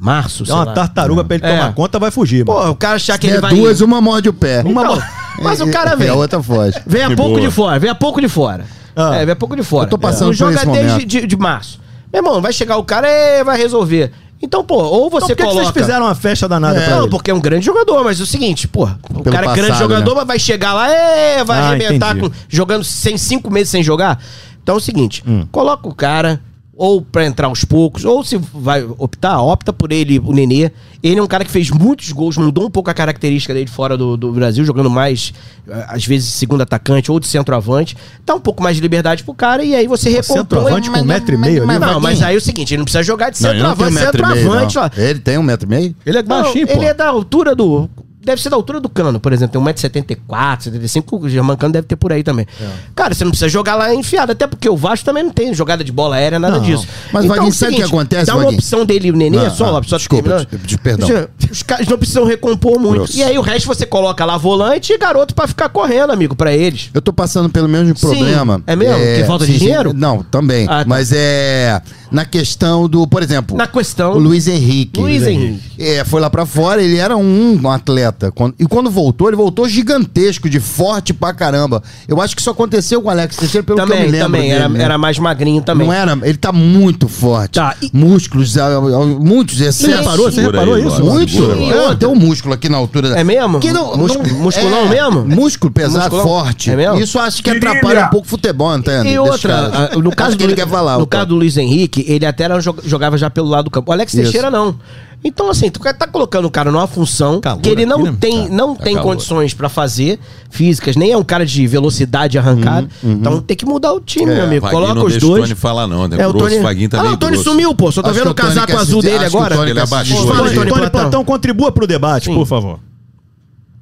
Speaker 3: março,
Speaker 2: É
Speaker 3: sei
Speaker 2: uma
Speaker 3: lá.
Speaker 2: tartaruga pra ele
Speaker 3: É.
Speaker 2: tomar conta, vai fugir. mano.
Speaker 3: Pô, o cara achar que
Speaker 6: É
Speaker 3: ele vai.
Speaker 6: duas, uma morde o pé.
Speaker 3: Uma
Speaker 2: Então,
Speaker 3: bo- Mas o cara
Speaker 6: É,
Speaker 3: vem.
Speaker 6: A outra foge.
Speaker 3: Vem a
Speaker 4: Que
Speaker 3: pouco
Speaker 4: boa.
Speaker 3: de fora, vem a pouco de fora.
Speaker 2: Ah.
Speaker 3: É, vem a pouco de fora.
Speaker 6: Eu tô passando
Speaker 3: Não
Speaker 6: por
Speaker 3: joga
Speaker 6: esse
Speaker 3: desde
Speaker 6: momento.
Speaker 3: de, de março. Meu irmão, vai chegar o cara e vai resolver. Então, pô, ou
Speaker 2: Então,
Speaker 3: você
Speaker 2: por que, que
Speaker 3: coloca.
Speaker 2: vocês fizeram uma festa danada pra
Speaker 3: Não,
Speaker 2: ele?
Speaker 3: porque é um grande jogador, mas é o seguinte, pô, o cara é grande
Speaker 6: passado,
Speaker 3: jogador,
Speaker 6: né?
Speaker 3: mas vai chegar lá, é, vai
Speaker 2: Ah,
Speaker 3: arrebentar
Speaker 2: entendi.
Speaker 3: com- jogando sem cinco meses sem jogar. Então é o seguinte,
Speaker 6: Hum.
Speaker 3: coloca o cara ou pra entrar aos poucos, ou se vai optar, opta por ele, o Nenê. Ele é um cara que fez muitos gols, mudou um pouco a característica dele fora do, do Brasil, jogando mais, eh, às vezes, segundo atacante ou de centroavante. Dá um pouco mais de liberdade pro cara e aí você recompõe.
Speaker 2: Centroavante com um metro e meio ali.
Speaker 3: Não, mas aí é o seguinte, ele não precisa jogar de
Speaker 6: Não, ele não tem um
Speaker 3: centroavante,
Speaker 6: metro e meio,
Speaker 3: centroavante,
Speaker 6: não.
Speaker 3: ó.
Speaker 6: Ele tem um metro e meio?
Speaker 2: Ele é
Speaker 3: Não,
Speaker 2: baixinho, pô.
Speaker 3: Ele é da altura do. Deve ser da altura do cano, por exemplo. Tem 1,74m, 75 O Germán Cano deve ter por aí também.
Speaker 6: É.
Speaker 3: Cara, você não precisa jogar lá enfiado, até porque o Vasco também não tem jogada de bola aérea, nada
Speaker 2: Não.
Speaker 3: disso.
Speaker 6: Mas,
Speaker 3: Então, é
Speaker 6: Vaguinho, sabe o que
Speaker 3: seguinte,
Speaker 6: acontece,
Speaker 3: Dá uma
Speaker 6: Vaguinho?
Speaker 3: opção dele, o Nenê,
Speaker 6: Não,
Speaker 3: só,
Speaker 6: não,
Speaker 3: Lopes, só
Speaker 6: desculpa,
Speaker 3: terminando.
Speaker 6: de- de- perdão.
Speaker 3: Os caras não precisam recompor muito.
Speaker 6: Grosso.
Speaker 3: E aí o resto você coloca lá volante e garoto pra ficar correndo, amigo, pra eles.
Speaker 6: Eu tô passando pelo mesmo problema.
Speaker 3: é mesmo? Que falta de dinheiro?
Speaker 6: Não, também.
Speaker 3: Ah, tá.
Speaker 6: Mas é na questão do, por exemplo,
Speaker 3: Na questão.
Speaker 6: o Luiz Henrique.
Speaker 3: Luiz Henrique.
Speaker 6: É, foi lá pra fora, ele era um atleta. Quando- E quando voltou, ele voltou gigantesco, de forte pra caramba. Eu acho que isso aconteceu com o Alex Teixeira, pelo que eu me
Speaker 3: Também,
Speaker 6: lembro.
Speaker 3: também.
Speaker 6: dele,
Speaker 3: Era,
Speaker 6: né?
Speaker 3: era mais magrinho também.
Speaker 6: Não é era, ele tá muito forte.
Speaker 3: Tá, e-
Speaker 6: Músculos, ah, ah, muitos excessos.
Speaker 2: Você reparou? Você
Speaker 4: Segura
Speaker 2: reparou
Speaker 4: aí,
Speaker 2: isso?
Speaker 4: Lopes.
Speaker 6: Muitos isso?
Speaker 4: agora.
Speaker 6: É, tem um músculo aqui na altura. da-
Speaker 3: É mesmo?
Speaker 6: Que não,
Speaker 3: Muscu-
Speaker 6: não- é,
Speaker 3: musculão mesmo?
Speaker 6: Músculo pesado,
Speaker 3: Musculão?
Speaker 6: forte.
Speaker 3: É mesmo?
Speaker 6: Isso acho que
Speaker 5: Virilha.
Speaker 6: atrapalha um pouco o futebol, Antônio.
Speaker 3: E outra, ah, no caso,
Speaker 6: que
Speaker 3: do,
Speaker 6: ele quer falar.
Speaker 3: no
Speaker 6: o
Speaker 3: caso do Luiz Henrique, ele até era jo- jogava já pelo lado do campo. O Alex
Speaker 6: Isso.
Speaker 3: Teixeira não. Então, assim, tu tá colocando o cara numa função
Speaker 2: Calor
Speaker 3: que ele não
Speaker 2: aqui, né?
Speaker 3: tem,
Speaker 2: Tá,
Speaker 3: não
Speaker 4: tá
Speaker 3: tem
Speaker 4: calor.
Speaker 3: condições pra fazer físicas, nem é um cara de velocidade arrancada.
Speaker 2: Uhum,
Speaker 3: Então tem que mudar o
Speaker 2: É,
Speaker 3: time, meu amigo.
Speaker 4: Vaguinho
Speaker 3: Coloca
Speaker 4: não
Speaker 3: os
Speaker 4: deixa o
Speaker 3: dois.
Speaker 4: Tony falar, não. É,
Speaker 3: É,
Speaker 4: grosso, o Vaguinho tá
Speaker 3: ah,
Speaker 4: meio
Speaker 3: o Tony
Speaker 4: grosso.
Speaker 3: sumiu, pô. Só tô
Speaker 6: Acho
Speaker 3: vendo o
Speaker 6: que o Tony
Speaker 3: casaco
Speaker 6: quer se-
Speaker 3: azul dele
Speaker 6: acho que o
Speaker 3: agora.
Speaker 6: Tony
Speaker 4: Ele
Speaker 6: quer se
Speaker 4: abaixou
Speaker 6: desfazer.
Speaker 3: Fala,
Speaker 2: Tony,
Speaker 3: Tony um
Speaker 2: Platão.
Speaker 3: Platão.
Speaker 2: contribua pro debate, por favor.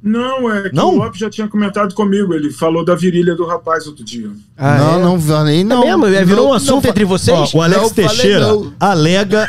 Speaker 5: Não, é que
Speaker 2: Não?
Speaker 5: o Lopes já tinha comentado comigo. Ele falou da virilha do rapaz outro dia.
Speaker 3: Ah,
Speaker 6: não,
Speaker 3: é?
Speaker 6: não, não, nem não.
Speaker 3: É mesmo? É, virou
Speaker 6: Não,
Speaker 3: um assunto
Speaker 6: não,
Speaker 3: entre vocês?
Speaker 2: Ó, o Alex
Speaker 6: Não, falei
Speaker 2: Teixeira
Speaker 6: não.
Speaker 2: alega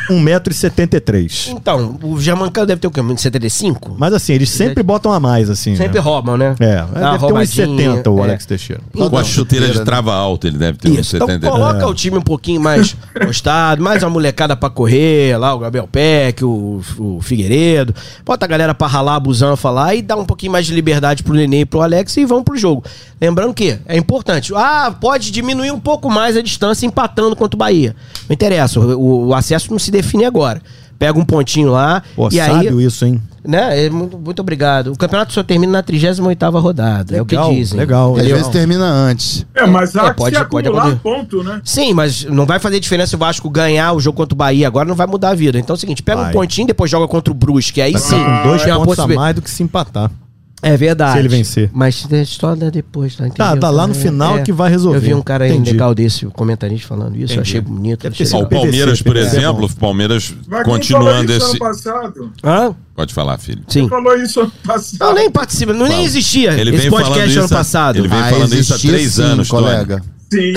Speaker 2: 1,73m.
Speaker 3: Então, o Germancano deve ter o quê? Um 75?
Speaker 2: Mas assim, eles sempre botam a mais, assim.
Speaker 3: Sempre
Speaker 2: né?
Speaker 3: roubam, né?
Speaker 2: É,
Speaker 3: Dá uma
Speaker 2: deve ter uns
Speaker 3: roubadinha,
Speaker 2: 70 o
Speaker 3: é.
Speaker 2: Alex Teixeira.
Speaker 4: Com a chuteira de trava alta, ele deve ter um uns
Speaker 3: Isso, então
Speaker 4: 70.
Speaker 3: coloca o time um pouquinho mais gostado, mais uma molecada pra correr, lá o Gabriel Peck, o, o Figueiredo. Bota a galera pra ralar, abusando, falar e dá um pouquinho mais de liberdade pro Nenê e pro Alex e vão pro jogo. Lembrando que é importante. Ah, pode diminuir um pouco mais a distância empatando contra o Bahia. Não interessa, o, o- o acesso não se define agora. Pega um pontinho lá
Speaker 2: Pô,
Speaker 3: e aí...
Speaker 2: sábio isso, hein?
Speaker 3: Né? é, Muito, muito obrigado. O campeonato só termina na 38ª rodada, é um- o que
Speaker 2: Legal,
Speaker 3: dizem.
Speaker 2: legal.
Speaker 6: Às vezes termina antes.
Speaker 5: É, mas
Speaker 3: É,
Speaker 5: há que
Speaker 3: pode-
Speaker 5: se
Speaker 3: pode
Speaker 5: acumular
Speaker 3: acontecer.
Speaker 5: ponto, né?
Speaker 3: Sim, mas não vai fazer diferença se o Vasco ganhar o jogo contra o Bahia agora, não vai mudar a vida. Então é o seguinte, pega
Speaker 2: Vai.
Speaker 3: um pontinho, depois joga contra o Brusque, aí
Speaker 2: Vai
Speaker 3: sim.
Speaker 2: ficar tá com dois
Speaker 3: tem uma
Speaker 2: pontos a
Speaker 3: possibi-
Speaker 2: mais do que se empatar.
Speaker 3: É verdade.
Speaker 2: se ele vencer.
Speaker 3: Mas a história depois, tá? entendeu?
Speaker 2: Tá, tá lá no
Speaker 3: É,
Speaker 2: final
Speaker 3: é.
Speaker 2: que vai resolver.
Speaker 3: Eu vi um cara aí
Speaker 2: Entendi.
Speaker 3: legal desse, o comentarista falando isso, eu achei bonito.
Speaker 2: Deve ter
Speaker 3: Achei
Speaker 4: Ó, o
Speaker 3: legal.
Speaker 2: PVC,
Speaker 4: Palmeiras, por
Speaker 2: PVC é
Speaker 4: exemplo, o Palmeiras
Speaker 5: Mas quem
Speaker 4: continuando
Speaker 5: falou
Speaker 4: esse.
Speaker 5: isso ano passado?
Speaker 3: Hã?
Speaker 4: Pode falar, filho.
Speaker 3: Sim.
Speaker 5: Falou isso ano passado.
Speaker 3: Não, nem participa, não, nem
Speaker 4: Fala.
Speaker 3: existia
Speaker 4: Ele
Speaker 3: esse
Speaker 4: vem falando
Speaker 3: podcast
Speaker 4: isso
Speaker 3: ano
Speaker 4: há-
Speaker 3: passado.
Speaker 4: ele vem- falando isso há
Speaker 6: existia
Speaker 4: três anos, Tony.
Speaker 6: colega.
Speaker 5: Sim.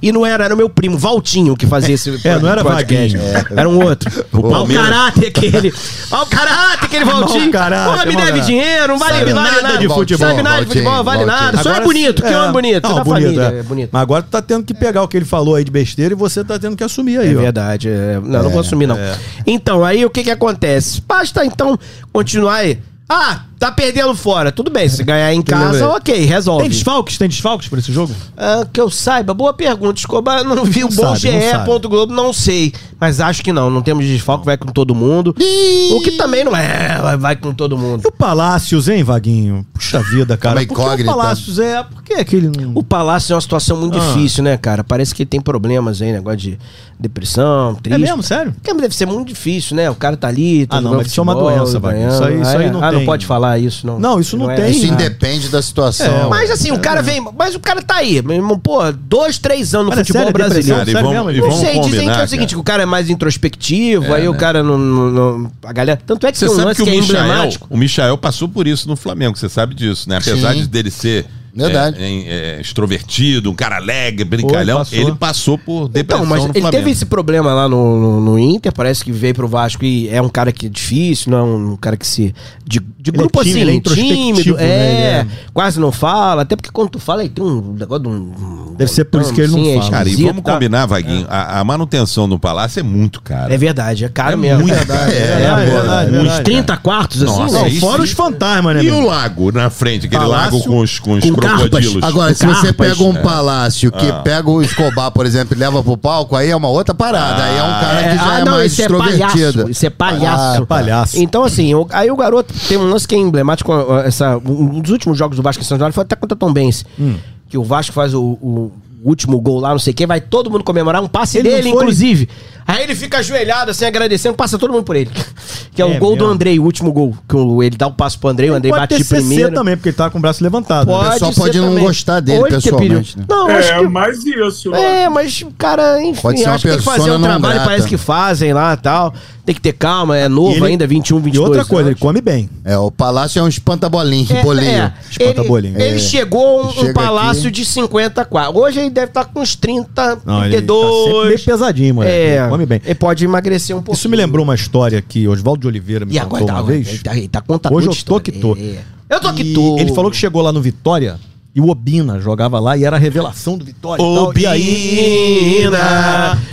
Speaker 3: E não era, era o meu primo, Valtinho, que fazia esse
Speaker 2: É, não era
Speaker 3: podcast.
Speaker 2: Vaguinho.
Speaker 3: Era um outro.
Speaker 4: O
Speaker 3: Olha o
Speaker 4: Palmeiras-
Speaker 3: caráter aquele. Olha o caráter aquele Valtinho.
Speaker 2: Mau caráter,
Speaker 3: Porra, me
Speaker 2: mau
Speaker 3: deve
Speaker 2: caráter.
Speaker 3: dinheiro, não vale,
Speaker 6: Sabe
Speaker 3: vale
Speaker 6: nada de futebol,
Speaker 3: Sabe nada de
Speaker 6: Valtinho,
Speaker 3: futebol, vale
Speaker 6: Valtinho.
Speaker 3: nada. Só é bonito, que homem bonito.
Speaker 2: Não,
Speaker 3: da
Speaker 2: bonito,
Speaker 3: família,
Speaker 2: é.
Speaker 3: é bonito.
Speaker 2: Mas agora tu tá tendo que pegar o que ele falou aí de besteira e você tá tendo que assumir aí,
Speaker 3: É
Speaker 2: ó.
Speaker 3: verdade. é. Não, não vou assumir, não. Então, aí o que que acontece? Basta, então, continuar aí. Ah, tá perdendo fora. Tudo bem, se ganhar em casa, ok,
Speaker 2: Tem
Speaker 3: resolve.
Speaker 2: desfalques? Tem desfalques pra esse jogo?
Speaker 3: Ah, que eu saiba, boa pergunta, Escobar. Eu Não vi
Speaker 2: Não
Speaker 3: o bom
Speaker 2: sabe, não sabe.
Speaker 3: GE.globo, não sei. Mas acho que não. Não temos desfalque, vai com todo mundo. O que também não é, vai- vai com todo mundo.
Speaker 2: E o Palácios, hein, Vaguinho? Puxa vida, cara.
Speaker 6: Uma
Speaker 2: Por que o
Speaker 6: incógnita.
Speaker 2: Palácios é... Por que aquele... não-
Speaker 3: O Palácio é uma situação muito
Speaker 2: Ah.
Speaker 3: difícil, né, cara? Parece que ele tem problemas aí, negócio de depressão, triste.
Speaker 2: É mesmo? Sério?
Speaker 3: Porque deve ser muito difícil, né? O cara tá ali. tá
Speaker 2: Ah, não,
Speaker 3: jogando
Speaker 2: mas isso é uma doença, Wagner.
Speaker 3: ganhando.
Speaker 2: Isso aí- isso
Speaker 3: ah,
Speaker 2: aí
Speaker 3: é?
Speaker 2: não
Speaker 3: Ah,
Speaker 2: tem.
Speaker 3: não pode falar isso, não.
Speaker 2: Não, isso não tem.
Speaker 6: Isso
Speaker 2: Ah.
Speaker 6: independe da situação.
Speaker 3: É Mas assim, o cara vem. Mas o cara tá aí, meu irmão, pô, dois, três anos no
Speaker 2: Cara, é
Speaker 3: futebol
Speaker 2: sério,
Speaker 3: brasileiro.
Speaker 2: depressão?
Speaker 4: Cara, e
Speaker 2: Sério
Speaker 4: vamos-
Speaker 2: mesmo,
Speaker 4: e
Speaker 2: irmão?
Speaker 3: Não
Speaker 4: vamos
Speaker 3: sei, dizem que é
Speaker 4: combinar,
Speaker 3: o seguinte,
Speaker 4: cara.
Speaker 3: que o cara é mais introspectivo, aí o
Speaker 4: né?
Speaker 3: cara não, não- não- A galera. Tanto é que
Speaker 4: Você
Speaker 3: tem um
Speaker 4: sabe
Speaker 3: lance
Speaker 4: que o
Speaker 3: que é
Speaker 4: Michael,
Speaker 3: emblemático.
Speaker 4: o Michael passou por isso no Flamengo, você sabe disso, né? Apesar
Speaker 6: Sim.
Speaker 4: de dele ser
Speaker 6: Verdade.
Speaker 4: é, em- é, extrovertido, um cara alegre, brincalhão,
Speaker 2: passou.
Speaker 4: ele passou por depressão
Speaker 3: Então, mas
Speaker 4: no
Speaker 3: ele
Speaker 4: Flamengo.
Speaker 3: teve esse problema lá no, no- no Inter, parece que veio pro Vasco e é um cara que é difícil, não é um cara que se. De, de
Speaker 2: Ele é
Speaker 3: grupo
Speaker 2: tímido, ele é
Speaker 3: assim, tímido,
Speaker 2: introspectivo, né?
Speaker 3: é,
Speaker 2: Ele
Speaker 3: Quase não fala, até porque quando tu fala, aí tem um negócio de um.
Speaker 2: Deve ser por isso que ele não fala.
Speaker 4: Cara, e
Speaker 3: esquisito,
Speaker 4: vamos
Speaker 3: tá?
Speaker 4: combinar, Vaguinho, a, a manutenção no Palácio é muito cara.
Speaker 3: É verdade, é caro mesmo.
Speaker 4: muito
Speaker 3: É é,
Speaker 4: caro.
Speaker 2: verdade,
Speaker 3: pô,
Speaker 2: verdade,
Speaker 3: uns
Speaker 2: verdade.
Speaker 3: 30 quartos assim.
Speaker 4: Nossa,
Speaker 3: né?
Speaker 2: Não,
Speaker 4: isso-
Speaker 2: fora os fantasmas, né,
Speaker 4: E
Speaker 2: meu?
Speaker 4: o lago na frente, aquele
Speaker 2: Palácio
Speaker 4: lago com os, com os
Speaker 3: com
Speaker 4: crocodilos. É. Ah.
Speaker 3: carpas.
Speaker 6: Agora, se
Speaker 3: Com
Speaker 6: você
Speaker 3: carpas,
Speaker 6: pega um palácio que pega o Escobar, por exemplo, e leva pro palco, aí é uma outra parada. aí é um cara que
Speaker 3: É,
Speaker 6: já
Speaker 3: ah,
Speaker 6: é
Speaker 3: não,
Speaker 6: mais
Speaker 3: isso é
Speaker 6: extrovertido.
Speaker 3: palhaço. Isso é palhaço.
Speaker 2: Ah, palhaço.
Speaker 3: Então, assim, o- aí o garoto tem um lance que é emblemático. ó, Essa, um dos últimos jogos do Vasco em São Januário foi até contra o Tom Benz.
Speaker 6: Hum.
Speaker 3: Que o Vasco faz o. o último gol lá, não sei o que, vai todo mundo comemorar um passe
Speaker 2: Ele não
Speaker 3: dele,
Speaker 2: foi?
Speaker 3: inclusive. Aí ele fica ajoelhado, assim, agradecendo, passa todo mundo por ele. Que é, o
Speaker 2: É
Speaker 3: gol do
Speaker 2: mesmo?
Speaker 3: Andrei, o último gol. Que o- ele dá o passo pro Andrei, o Andrei
Speaker 2: Pode
Speaker 3: bate
Speaker 2: ter
Speaker 3: de
Speaker 2: CC
Speaker 3: primeira.
Speaker 2: também, porque ele tá com o braço levantado. né?
Speaker 6: pessoal
Speaker 3: ser
Speaker 6: pode não gostar dele
Speaker 3: Ou ele ter
Speaker 6: pessoalmente,
Speaker 3: pedido.
Speaker 6: né?
Speaker 3: é Não, acho
Speaker 5: É,
Speaker 3: que
Speaker 5: mais isso. ó.
Speaker 3: é, mas, cara, enfim,
Speaker 6: Pode ser uma
Speaker 3: acho que tem que fazer
Speaker 6: persona
Speaker 3: um
Speaker 6: não
Speaker 3: trabalho,
Speaker 6: grata.
Speaker 3: parece que fazem lá e tal. Tem que ter calma, é novo
Speaker 2: E ele-
Speaker 3: ainda, 21, 22
Speaker 2: E outra coisa, ele
Speaker 3: anos.
Speaker 2: come bem.
Speaker 6: É, o palácio é um espanta-bolinho.
Speaker 3: É,
Speaker 6: bolinho.
Speaker 3: é,
Speaker 2: Espanta
Speaker 3: ele,
Speaker 2: bolinho.
Speaker 3: ele
Speaker 2: É.
Speaker 3: chegou a um,
Speaker 6: Chega
Speaker 3: um palácio
Speaker 6: aqui.
Speaker 3: de 50 quadros. Hoje ele deve estar com uns 30,
Speaker 2: Não, ele tá sempre
Speaker 3: 32.
Speaker 2: meio pesadinho, moleque.
Speaker 3: é,
Speaker 2: Ele come bem.
Speaker 3: Ele pode emagrecer um pouco.
Speaker 2: Isso me lembrou uma história que Oswaldo de Oliveira me
Speaker 3: E
Speaker 2: contou
Speaker 3: agora tá,
Speaker 2: uma
Speaker 3: agora,
Speaker 2: vez.
Speaker 3: ele tá, ele tá contando
Speaker 2: Hoje eu
Speaker 3: muita
Speaker 2: tô que
Speaker 3: história.
Speaker 2: tô.
Speaker 3: É. Eu tô que
Speaker 2: E
Speaker 3: tô.
Speaker 2: Ele falou que chegou lá no Vitória e o Obina jogava lá e era a revelação do Vitória. e tal. E aí,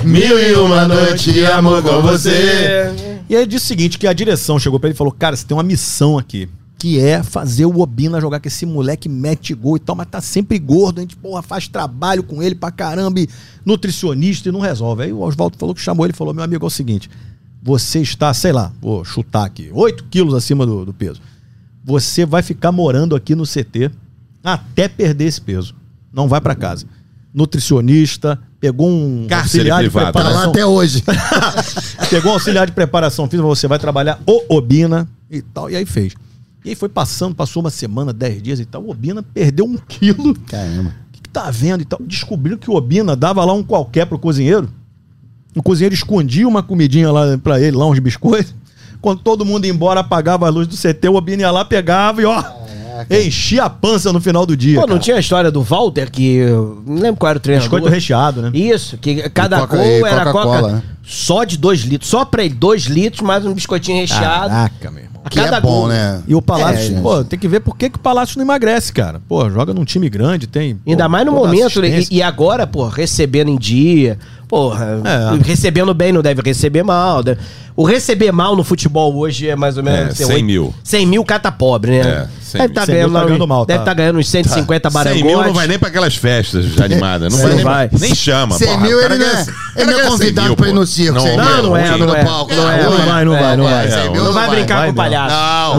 Speaker 6: mil e uma noite, amor com
Speaker 2: e aí ele disse o seguinte, que a direção chegou pra ele e falou, cara, você tem uma missão aqui. Que é fazer o Obina jogar, que esse moleque mete gol e tal, mas tá sempre gordo, a gente, porra, faz trabalho com ele pra caramba, e nutricionista e não resolve. Aí o Oswaldo falou que chamou ele e falou: meu amigo, é o seguinte, você está, sei lá, vou chutar aqui, 8 quilos acima do, do peso. Você vai ficar morando aqui no CT até perder esse peso. Não vai para casa. Nutricionista, pegou um
Speaker 4: Cárcere
Speaker 2: auxiliar de
Speaker 4: privado.
Speaker 6: Tá lá
Speaker 2: preparação,
Speaker 6: até hoje.
Speaker 2: pegou um auxiliar de preparação física, você vai trabalhar o Obina e tal. E aí fez. E aí foi passando, passou uma semana, 10 dias e tal. O Obina perdeu um quilo
Speaker 6: Caramba.
Speaker 2: o que, que tá vendo e tal? Descobriram que o Obina dava lá um qualquer pro cozinheiro. O cozinheiro escondia uma comidinha lá pra ele, lá uns biscoitos. Quando todo mundo ia embora, apagava a luz do CT, o Obina ia lá, pegava e ó, enchia a pança no final do dia.
Speaker 3: Pô, não
Speaker 2: cara.
Speaker 3: tinha a história do Walter, que. eu Não lembro qual era o treinador.
Speaker 2: biscoito recheado, né?
Speaker 3: Isso, que cada
Speaker 6: E Coca-
Speaker 3: cor
Speaker 6: e
Speaker 3: era
Speaker 6: Coca-Cola,
Speaker 3: coca
Speaker 6: né?
Speaker 3: só de dois litros. Só pra ele, dois litros, mais um biscoitinho recheado.
Speaker 2: Caraca, meu irmão.
Speaker 3: A
Speaker 6: Que é bom,
Speaker 3: gol.
Speaker 6: né?
Speaker 2: E o Palácio,
Speaker 6: É,
Speaker 2: pô, tem que ver por que, que o Palácio não emagrece, cara. Pô, joga num time grande, tem. pô,
Speaker 3: Ainda mais no
Speaker 2: toda
Speaker 3: momento, né?
Speaker 2: assistência.
Speaker 3: e, e agora, pô, recebendo em dia, porra,
Speaker 2: É.
Speaker 3: recebendo bem não deve receber mal. deve- O receber mal no futebol hoje é mais ou menos...
Speaker 4: É,
Speaker 3: assim,
Speaker 4: 100
Speaker 3: oito-
Speaker 4: mil.
Speaker 3: 100 mil cata pobre, né?
Speaker 4: É, 100
Speaker 3: deve tá
Speaker 2: mil. 100 mil
Speaker 3: ganhando,
Speaker 2: tá
Speaker 3: lá-
Speaker 2: ganhando mal,
Speaker 3: deve
Speaker 2: tá.
Speaker 3: tá ganhando uns 150 barangotes.
Speaker 4: 100 Tá. mil não vai nem pra aquelas festas animadas. Não
Speaker 3: Cem
Speaker 4: vai,
Speaker 3: não
Speaker 4: nem,
Speaker 3: vai.
Speaker 4: nem chama.
Speaker 6: 100
Speaker 4: porra.
Speaker 6: mil
Speaker 4: O cara
Speaker 6: ele não
Speaker 4: ganha-
Speaker 6: é-
Speaker 4: o cara
Speaker 6: ele não é
Speaker 4: ganha 100
Speaker 6: convidado
Speaker 4: mil,
Speaker 6: pra ir
Speaker 4: pô.
Speaker 6: no circo, cem
Speaker 3: Não, não é,
Speaker 6: Não,
Speaker 3: não
Speaker 6: não
Speaker 3: é.
Speaker 6: palco,
Speaker 3: Não
Speaker 6: não
Speaker 3: é,
Speaker 6: é,
Speaker 3: não vai, não vai, não vai.
Speaker 4: é,
Speaker 3: Não
Speaker 4: não
Speaker 3: vai
Speaker 6: vai,
Speaker 3: brincar
Speaker 2: vai
Speaker 3: com
Speaker 2: não.
Speaker 3: palhaço.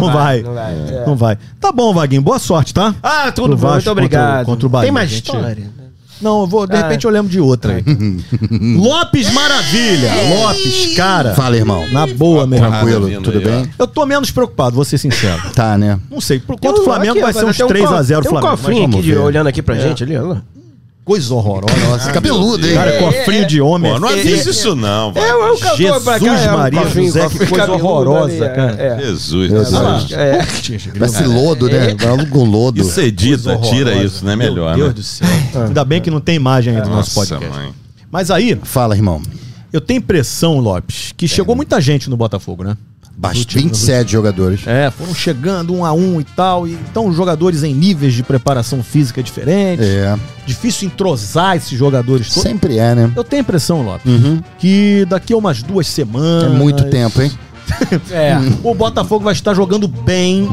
Speaker 4: Não,
Speaker 2: Não vai.
Speaker 3: Não vai. é.
Speaker 2: Não vai. Tá bom, Vaguinho. Boa sorte, tá?
Speaker 3: Ah,
Speaker 2: Pro
Speaker 3: tudo bom,
Speaker 2: Vasco
Speaker 3: muito
Speaker 2: contra o-
Speaker 3: obrigado.
Speaker 2: contra o Bahia,
Speaker 3: Tem mais
Speaker 2: gente.
Speaker 3: história?
Speaker 2: Não, eu vou, de
Speaker 3: Ah.
Speaker 2: repente eu lembro de outra aí. Lopes Maravilha.
Speaker 3: É.
Speaker 2: Lopes, cara.
Speaker 6: Fala, irmão.
Speaker 2: Na boa, meu irmão.
Speaker 6: Tranquilo,
Speaker 4: vindo
Speaker 6: tudo
Speaker 4: aí,
Speaker 6: bem?
Speaker 2: Eu tô menos preocupado, vou ser sincero.
Speaker 6: Tá, né?
Speaker 2: Não sei. Por
Speaker 3: Tem
Speaker 2: quanto o
Speaker 3: um-
Speaker 2: Flamengo
Speaker 3: aqui,
Speaker 2: vai ser
Speaker 3: rapaz,
Speaker 2: uns
Speaker 3: tem um
Speaker 2: 3x0
Speaker 3: co- Tem um
Speaker 2: Flamengo.
Speaker 3: cofrinho
Speaker 6: vamos
Speaker 3: aqui, de-
Speaker 6: ver.
Speaker 3: olhando aqui pra gente ali, olha lá.
Speaker 2: Coisa horrorosa.
Speaker 6: Nossa, cabeludo, hein?
Speaker 2: Cara, cofrinho de homem. é
Speaker 4: Pô, não é avisa isso não,
Speaker 3: É,
Speaker 4: velho.
Speaker 3: o que eu tô pra cá,
Speaker 2: Jesus
Speaker 3: é um
Speaker 2: Maria
Speaker 3: cofrinho,
Speaker 2: José, que
Speaker 3: cofrinho
Speaker 2: coisa
Speaker 3: cabeludo
Speaker 2: horrorosa,
Speaker 3: ali, é,
Speaker 2: cara.
Speaker 3: é.
Speaker 4: Jesus.
Speaker 6: Meu
Speaker 4: do céu.
Speaker 6: Deus.
Speaker 3: É.
Speaker 6: Vai se lodo, né? Vai logo com lodo.
Speaker 4: Isso edita, tira isso, né? Melhor,
Speaker 2: Meu Deus
Speaker 4: né?
Speaker 2: do céu. É. Ainda bem que não tem imagem aí do nosso
Speaker 4: Nossa,
Speaker 2: podcast.
Speaker 4: mãe.
Speaker 2: Mas aí,
Speaker 6: Fala, irmão.
Speaker 2: eu tenho impressão, Lopes, que chegou muita gente no Botafogo, né?
Speaker 6: Bastante 27 jogadores.
Speaker 2: É, foram chegando um a um e tal. E, então, jogadores em níveis de preparação física diferentes.
Speaker 6: É.
Speaker 2: Difícil entrosar esses jogadores todos.
Speaker 6: Sempre é, né?
Speaker 2: Eu tenho a impressão, Lopes,
Speaker 4: Uhum.
Speaker 2: que daqui a umas duas
Speaker 6: É
Speaker 2: semanas.
Speaker 6: muito tempo, hein?
Speaker 3: É.
Speaker 4: Uhum.
Speaker 2: O Botafogo vai estar jogando bem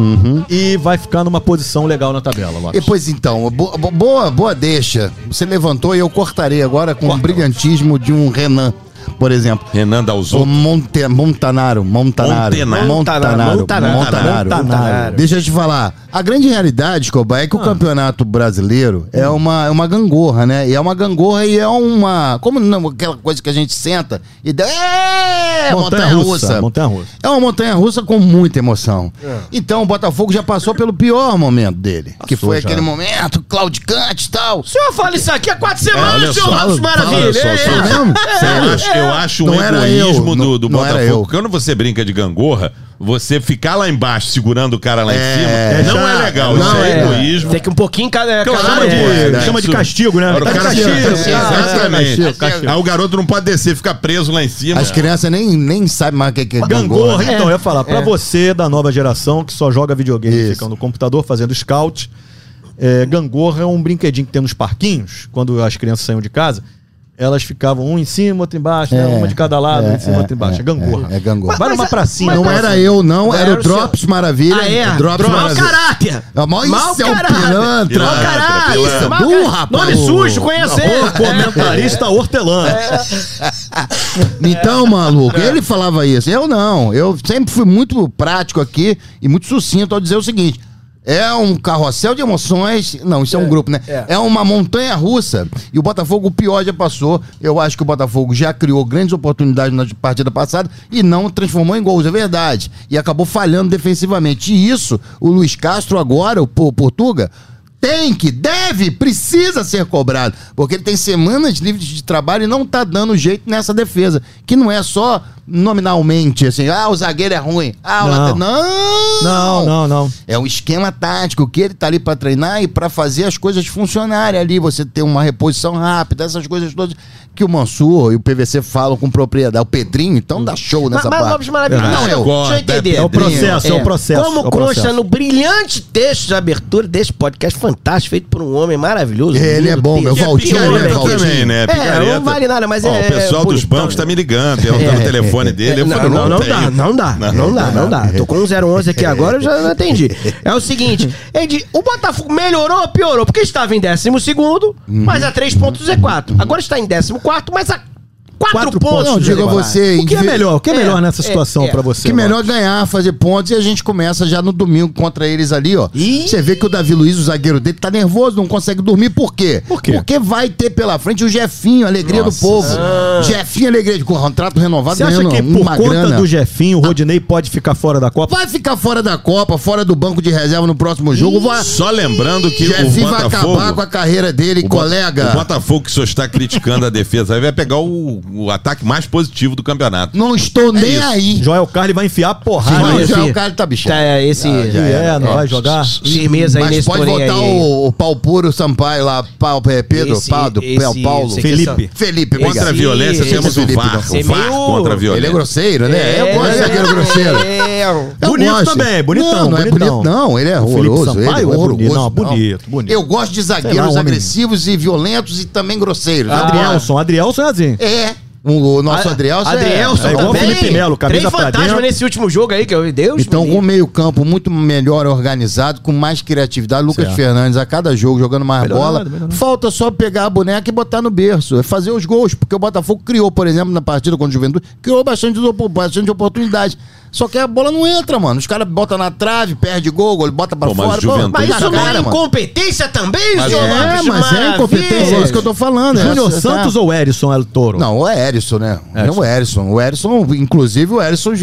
Speaker 2: e vai ficar numa posição legal na tabela,
Speaker 6: E,
Speaker 2: Lopes.
Speaker 6: pois então, bo- bo- boa, boa deixa. Você levantou e eu cortarei agora com o brilhantismo de um Renan, por exemplo.
Speaker 4: Renan
Speaker 6: O
Speaker 4: Dalzou.
Speaker 6: Monte, Montanaro, Montanaro,
Speaker 4: Montenaro.
Speaker 6: Montanaro,
Speaker 3: Montanaro.
Speaker 6: Montanaro.
Speaker 3: Montanaro.
Speaker 6: Deixa eu te falar. A grande realidade, Coba, é que o campeonato brasileiro é uma, é uma gangorra, né? E é uma gangorra e é uma. Como não, aquela coisa que a gente senta e dá. É! Montanha-russa.
Speaker 2: Montanha-russa.
Speaker 6: É uma montanha russa com muita emoção. Então o Botafogo já passou pelo pior momento dele. que foi
Speaker 2: já.
Speaker 6: aquele momento claudicante e tal.
Speaker 3: O senhor fala isso aqui há quatro
Speaker 4: olha
Speaker 3: semanas, senhor
Speaker 4: só,
Speaker 3: Marcos Maravilha.
Speaker 6: Olha só,
Speaker 3: é,
Speaker 6: sou
Speaker 3: é.
Speaker 6: mesmo?
Speaker 4: Eu acho, eu acho um
Speaker 6: Não era eu,
Speaker 4: egoísmo do,
Speaker 6: não-
Speaker 4: do
Speaker 6: não era
Speaker 4: Botafogo.
Speaker 6: eu.
Speaker 4: Quando você brinca de gangorra, você ficar lá embaixo segurando o cara lá em cima, não
Speaker 2: chato.
Speaker 4: é legal.
Speaker 6: Não,
Speaker 4: isso é,
Speaker 6: é.
Speaker 4: egoísmo.
Speaker 3: Tem que um pouquinho cada.
Speaker 4: Claro,
Speaker 3: cada-
Speaker 4: pô,
Speaker 3: é.
Speaker 4: é,
Speaker 2: chama de
Speaker 4: isso-
Speaker 2: castigo, né?
Speaker 4: Ora, O
Speaker 2: É
Speaker 4: cara
Speaker 6: castigo,
Speaker 4: tira,
Speaker 6: castigo,
Speaker 4: exatamente.
Speaker 6: castigo, castigo.
Speaker 4: Aí o garoto não pode descer, fica preso lá em cima.
Speaker 6: As crianças nem, nem sabem mais o que que é gangorra.
Speaker 2: Gangorra, então, eu ia falar, pra você da nova geração que só joga videogame
Speaker 6: Isso.
Speaker 2: fica no computador fazendo scout, é, gangorra é um brinquedinho que tem nos parquinhos, quando as crianças saíam de casa, elas ficavam um em cima, outro embaixo, né?
Speaker 6: É,
Speaker 2: uma de cada lado,
Speaker 6: é,
Speaker 2: um em cima,
Speaker 6: é,
Speaker 2: outro embaixo. É,
Speaker 6: é,
Speaker 2: gangorra.
Speaker 6: é, é gangorra.
Speaker 2: Vai
Speaker 3: Mas-
Speaker 2: numa
Speaker 3: mas-
Speaker 2: pracinha.
Speaker 6: Não
Speaker 2: numa
Speaker 6: era
Speaker 2: pracinha.
Speaker 6: eu, tá assim. não.
Speaker 3: Não
Speaker 6: Era
Speaker 3: era
Speaker 6: o
Speaker 3: o seu.
Speaker 6: Drops Maravilha.
Speaker 3: Ah, é?
Speaker 6: Drops
Speaker 3: Mau
Speaker 6: Maravilha.
Speaker 3: caráter.
Speaker 6: Ah, mas isso é um pilantra. é
Speaker 3: Mau caráter.
Speaker 4: Pilantra,
Speaker 3: Isso, mau
Speaker 6: burro,
Speaker 3: caráter.
Speaker 6: rapaz.
Speaker 3: Nome sujo, conhece ele.
Speaker 2: Ô, comentarista hortelã.
Speaker 6: Então, maluco, ele falava isso. Eu não. Eu sempre fui muito prático aqui e muito sucinto ao dizer o seguinte. É um carrossel de emoções. Não, isso é, um grupo, né? É. uma montanha russa. E o Botafogo, o pior já passou. Eu acho que o Botafogo já criou grandes oportunidades na partida passada e não transformou em gols, é verdade. E acabou falhando defensivamente. E isso, o Luiz Castro agora, o Po- Portuga, tem que, deve, precisa ser cobrado. Porque ele tem semanas livres de trabalho e não tá dando jeito nessa defesa. Que não é só nominalmente, assim, ah, o zagueiro é ruim. Ah, o
Speaker 2: Não.
Speaker 6: lateral. Não!
Speaker 2: Não, não, não.
Speaker 6: É um esquema tático que ele tá ali pra treinar e pra fazer as coisas funcionarem ali. Você ter uma reposição rápida, essas coisas todas que o Mansur e o PVC falam com propriedade. O Pedrinho, então dá show
Speaker 3: Mas,
Speaker 6: nessa
Speaker 3: mas
Speaker 6: parte.
Speaker 3: Lopes Maravilha, não, eu, deixa eu entender.
Speaker 2: É o processo, é, o processo.
Speaker 3: Como
Speaker 2: é o
Speaker 3: consta
Speaker 2: processo.
Speaker 3: no brilhante texto de abertura desse podcast fantástico, feito por um homem maravilhoso.
Speaker 6: Ele é
Speaker 3: lindo,
Speaker 6: bom, meu.
Speaker 3: texto.
Speaker 6: Valtinho,
Speaker 3: Que homem,
Speaker 6: né,
Speaker 4: Picareta
Speaker 3: Valtinho.
Speaker 4: também, né?
Speaker 3: É,
Speaker 4: Picareta.
Speaker 3: não vale nada, mas
Speaker 4: Ó,
Speaker 3: é-
Speaker 4: O pessoal
Speaker 3: é
Speaker 4: dos
Speaker 3: bonitão,
Speaker 4: bancos
Speaker 3: né?
Speaker 4: tá me ligando,
Speaker 6: É,
Speaker 4: perguntando o telefone dele. Eu
Speaker 3: é, não,
Speaker 4: falei,
Speaker 3: não, não
Speaker 4: tem.
Speaker 3: dá, não dá, não, dá, não dá. Tô com um 011
Speaker 6: É.
Speaker 3: aqui agora, eu já atendi. É o seguinte, Ed, o Botafogo melhorou ou piorou? Porque estava em 12 segundo, mas a 3 pontos é 4. Agora está em 14 quarto, mas a Quatro,
Speaker 2: Quatro
Speaker 3: pontos.
Speaker 2: pontos,
Speaker 6: Não,
Speaker 3: do
Speaker 6: digo a
Speaker 3: Neymar.
Speaker 6: você.
Speaker 2: O que é
Speaker 6: indivi-
Speaker 2: melhor? O que é
Speaker 3: É,
Speaker 2: melhor nessa
Speaker 3: é,
Speaker 2: situação
Speaker 3: é.
Speaker 2: pra você?
Speaker 6: Que melhor ganhar, fazer pontos e a gente começa já no domingo contra eles ali, ó.
Speaker 3: Ih!
Speaker 6: Você vê que o Davi Luiz, o zagueiro dele, tá nervoso, não consegue dormir. Por quê?
Speaker 2: Por quê?
Speaker 6: Porque vai ter pela frente o Jefinho, Alegria
Speaker 2: Nossa Ah.
Speaker 6: do Povo. Jefinho, Alegria de Contrato renovado,
Speaker 2: Você acha
Speaker 6: ganhando
Speaker 2: que por
Speaker 6: tá uma
Speaker 2: conta
Speaker 6: grana.
Speaker 2: do Jefinho, o Rodinei pode ficar fora da Copa?
Speaker 6: Vai ficar fora da Copa, fora do banco de reserva no próximo jogo. Vai...
Speaker 4: Só lembrando que o
Speaker 6: Jefinho vai
Speaker 4: Botafogo...
Speaker 6: acabar com a carreira dele,
Speaker 4: o Bo-
Speaker 6: colega.
Speaker 4: O Botafogo que só está criticando a defesa. Aí vai pegar o, o ataque mais positivo do campeonato.
Speaker 6: Não
Speaker 2: É
Speaker 6: estou nem
Speaker 4: isso.
Speaker 6: aí.
Speaker 2: Joel Carli vai enfiar a porrada.
Speaker 6: Não,
Speaker 3: Sim,
Speaker 6: já
Speaker 3: esse-
Speaker 6: o cara tá bichado.
Speaker 3: Tá, é, esse.
Speaker 2: E é, não vai jogar?
Speaker 3: Firmeza aí
Speaker 6: Mas
Speaker 3: nesse
Speaker 6: pode
Speaker 3: porém
Speaker 6: botar
Speaker 3: aí, hein?
Speaker 6: o, o pau puro Sampaio lá, pau, é, Pedro,
Speaker 3: Esse-
Speaker 6: Pau, do
Speaker 3: esse-
Speaker 6: Pel- Paulo.
Speaker 3: esse- é
Speaker 2: Felipe.
Speaker 6: Felipe,
Speaker 3: Esse- é
Speaker 4: Contra a
Speaker 6: obrigado.
Speaker 4: violência
Speaker 3: Esse
Speaker 4: temos o
Speaker 6: Felipe
Speaker 4: VAR.
Speaker 6: não.
Speaker 4: O
Speaker 3: Você
Speaker 4: VAR
Speaker 3: meio-
Speaker 4: contra
Speaker 6: Ele é
Speaker 4: a violência.
Speaker 6: grosseiro, né? eu gosto de zagueiro grosseiro.
Speaker 3: É.
Speaker 6: Eu
Speaker 2: Bonito também, bonitão,
Speaker 6: Não, não é
Speaker 2: bonitão.
Speaker 6: bonito, não. Ele é
Speaker 2: O Felipe
Speaker 6: horroroso. Ele é
Speaker 2: Sampaio é
Speaker 6: horroroso.
Speaker 2: bonito. Não, bonito, bonito.
Speaker 6: Eu gosto de
Speaker 2: Sei lá,
Speaker 6: zagueiros
Speaker 2: homem. Ah.
Speaker 6: agressivos e violentos e também grosseiros.
Speaker 2: Adrielson, Adrielson é assim.
Speaker 6: É. O nosso Adrielson, é-
Speaker 3: Adrielson
Speaker 2: é igual o
Speaker 3: também.
Speaker 2: Felipe Melo, camisa
Speaker 3: Três
Speaker 2: pra
Speaker 3: fantasmas
Speaker 2: dentro.
Speaker 3: nesse último jogo aí, que eu... Deus
Speaker 6: Então,
Speaker 3: me
Speaker 6: com um meio-campo muito melhor organizado, com mais criatividade, Lucas
Speaker 2: Certo.
Speaker 6: Fernandes a cada jogo jogando mais
Speaker 2: Melhorado,
Speaker 6: bola.
Speaker 2: melhorado.
Speaker 6: Falta só pegar a boneca e botar no berço. É fazer os gols, porque o Botafogo criou, por exemplo, na partida contra o Juventude, criou bastante, opo- bastante oportunidade. Só que a bola não entra, mano. Os caras botam na trave, perde gol, gol, bota pra
Speaker 4: Pô, mas
Speaker 6: fora.
Speaker 4: o Juventude
Speaker 3: Mas
Speaker 6: na
Speaker 3: isso não é
Speaker 6: cara, mano.
Speaker 3: incompetência também,
Speaker 4: Mas
Speaker 3: senhor
Speaker 4: é,
Speaker 3: Lopes?
Speaker 6: mas é
Speaker 3: Maravilha.
Speaker 6: incompetência, é isso que eu tô falando. é
Speaker 2: Júnior
Speaker 6: essa-
Speaker 2: Santos ou Erisson El Toro?
Speaker 6: Não, o Erisson, né? Não o Erisson. O Erisson, inclusive, o Erisson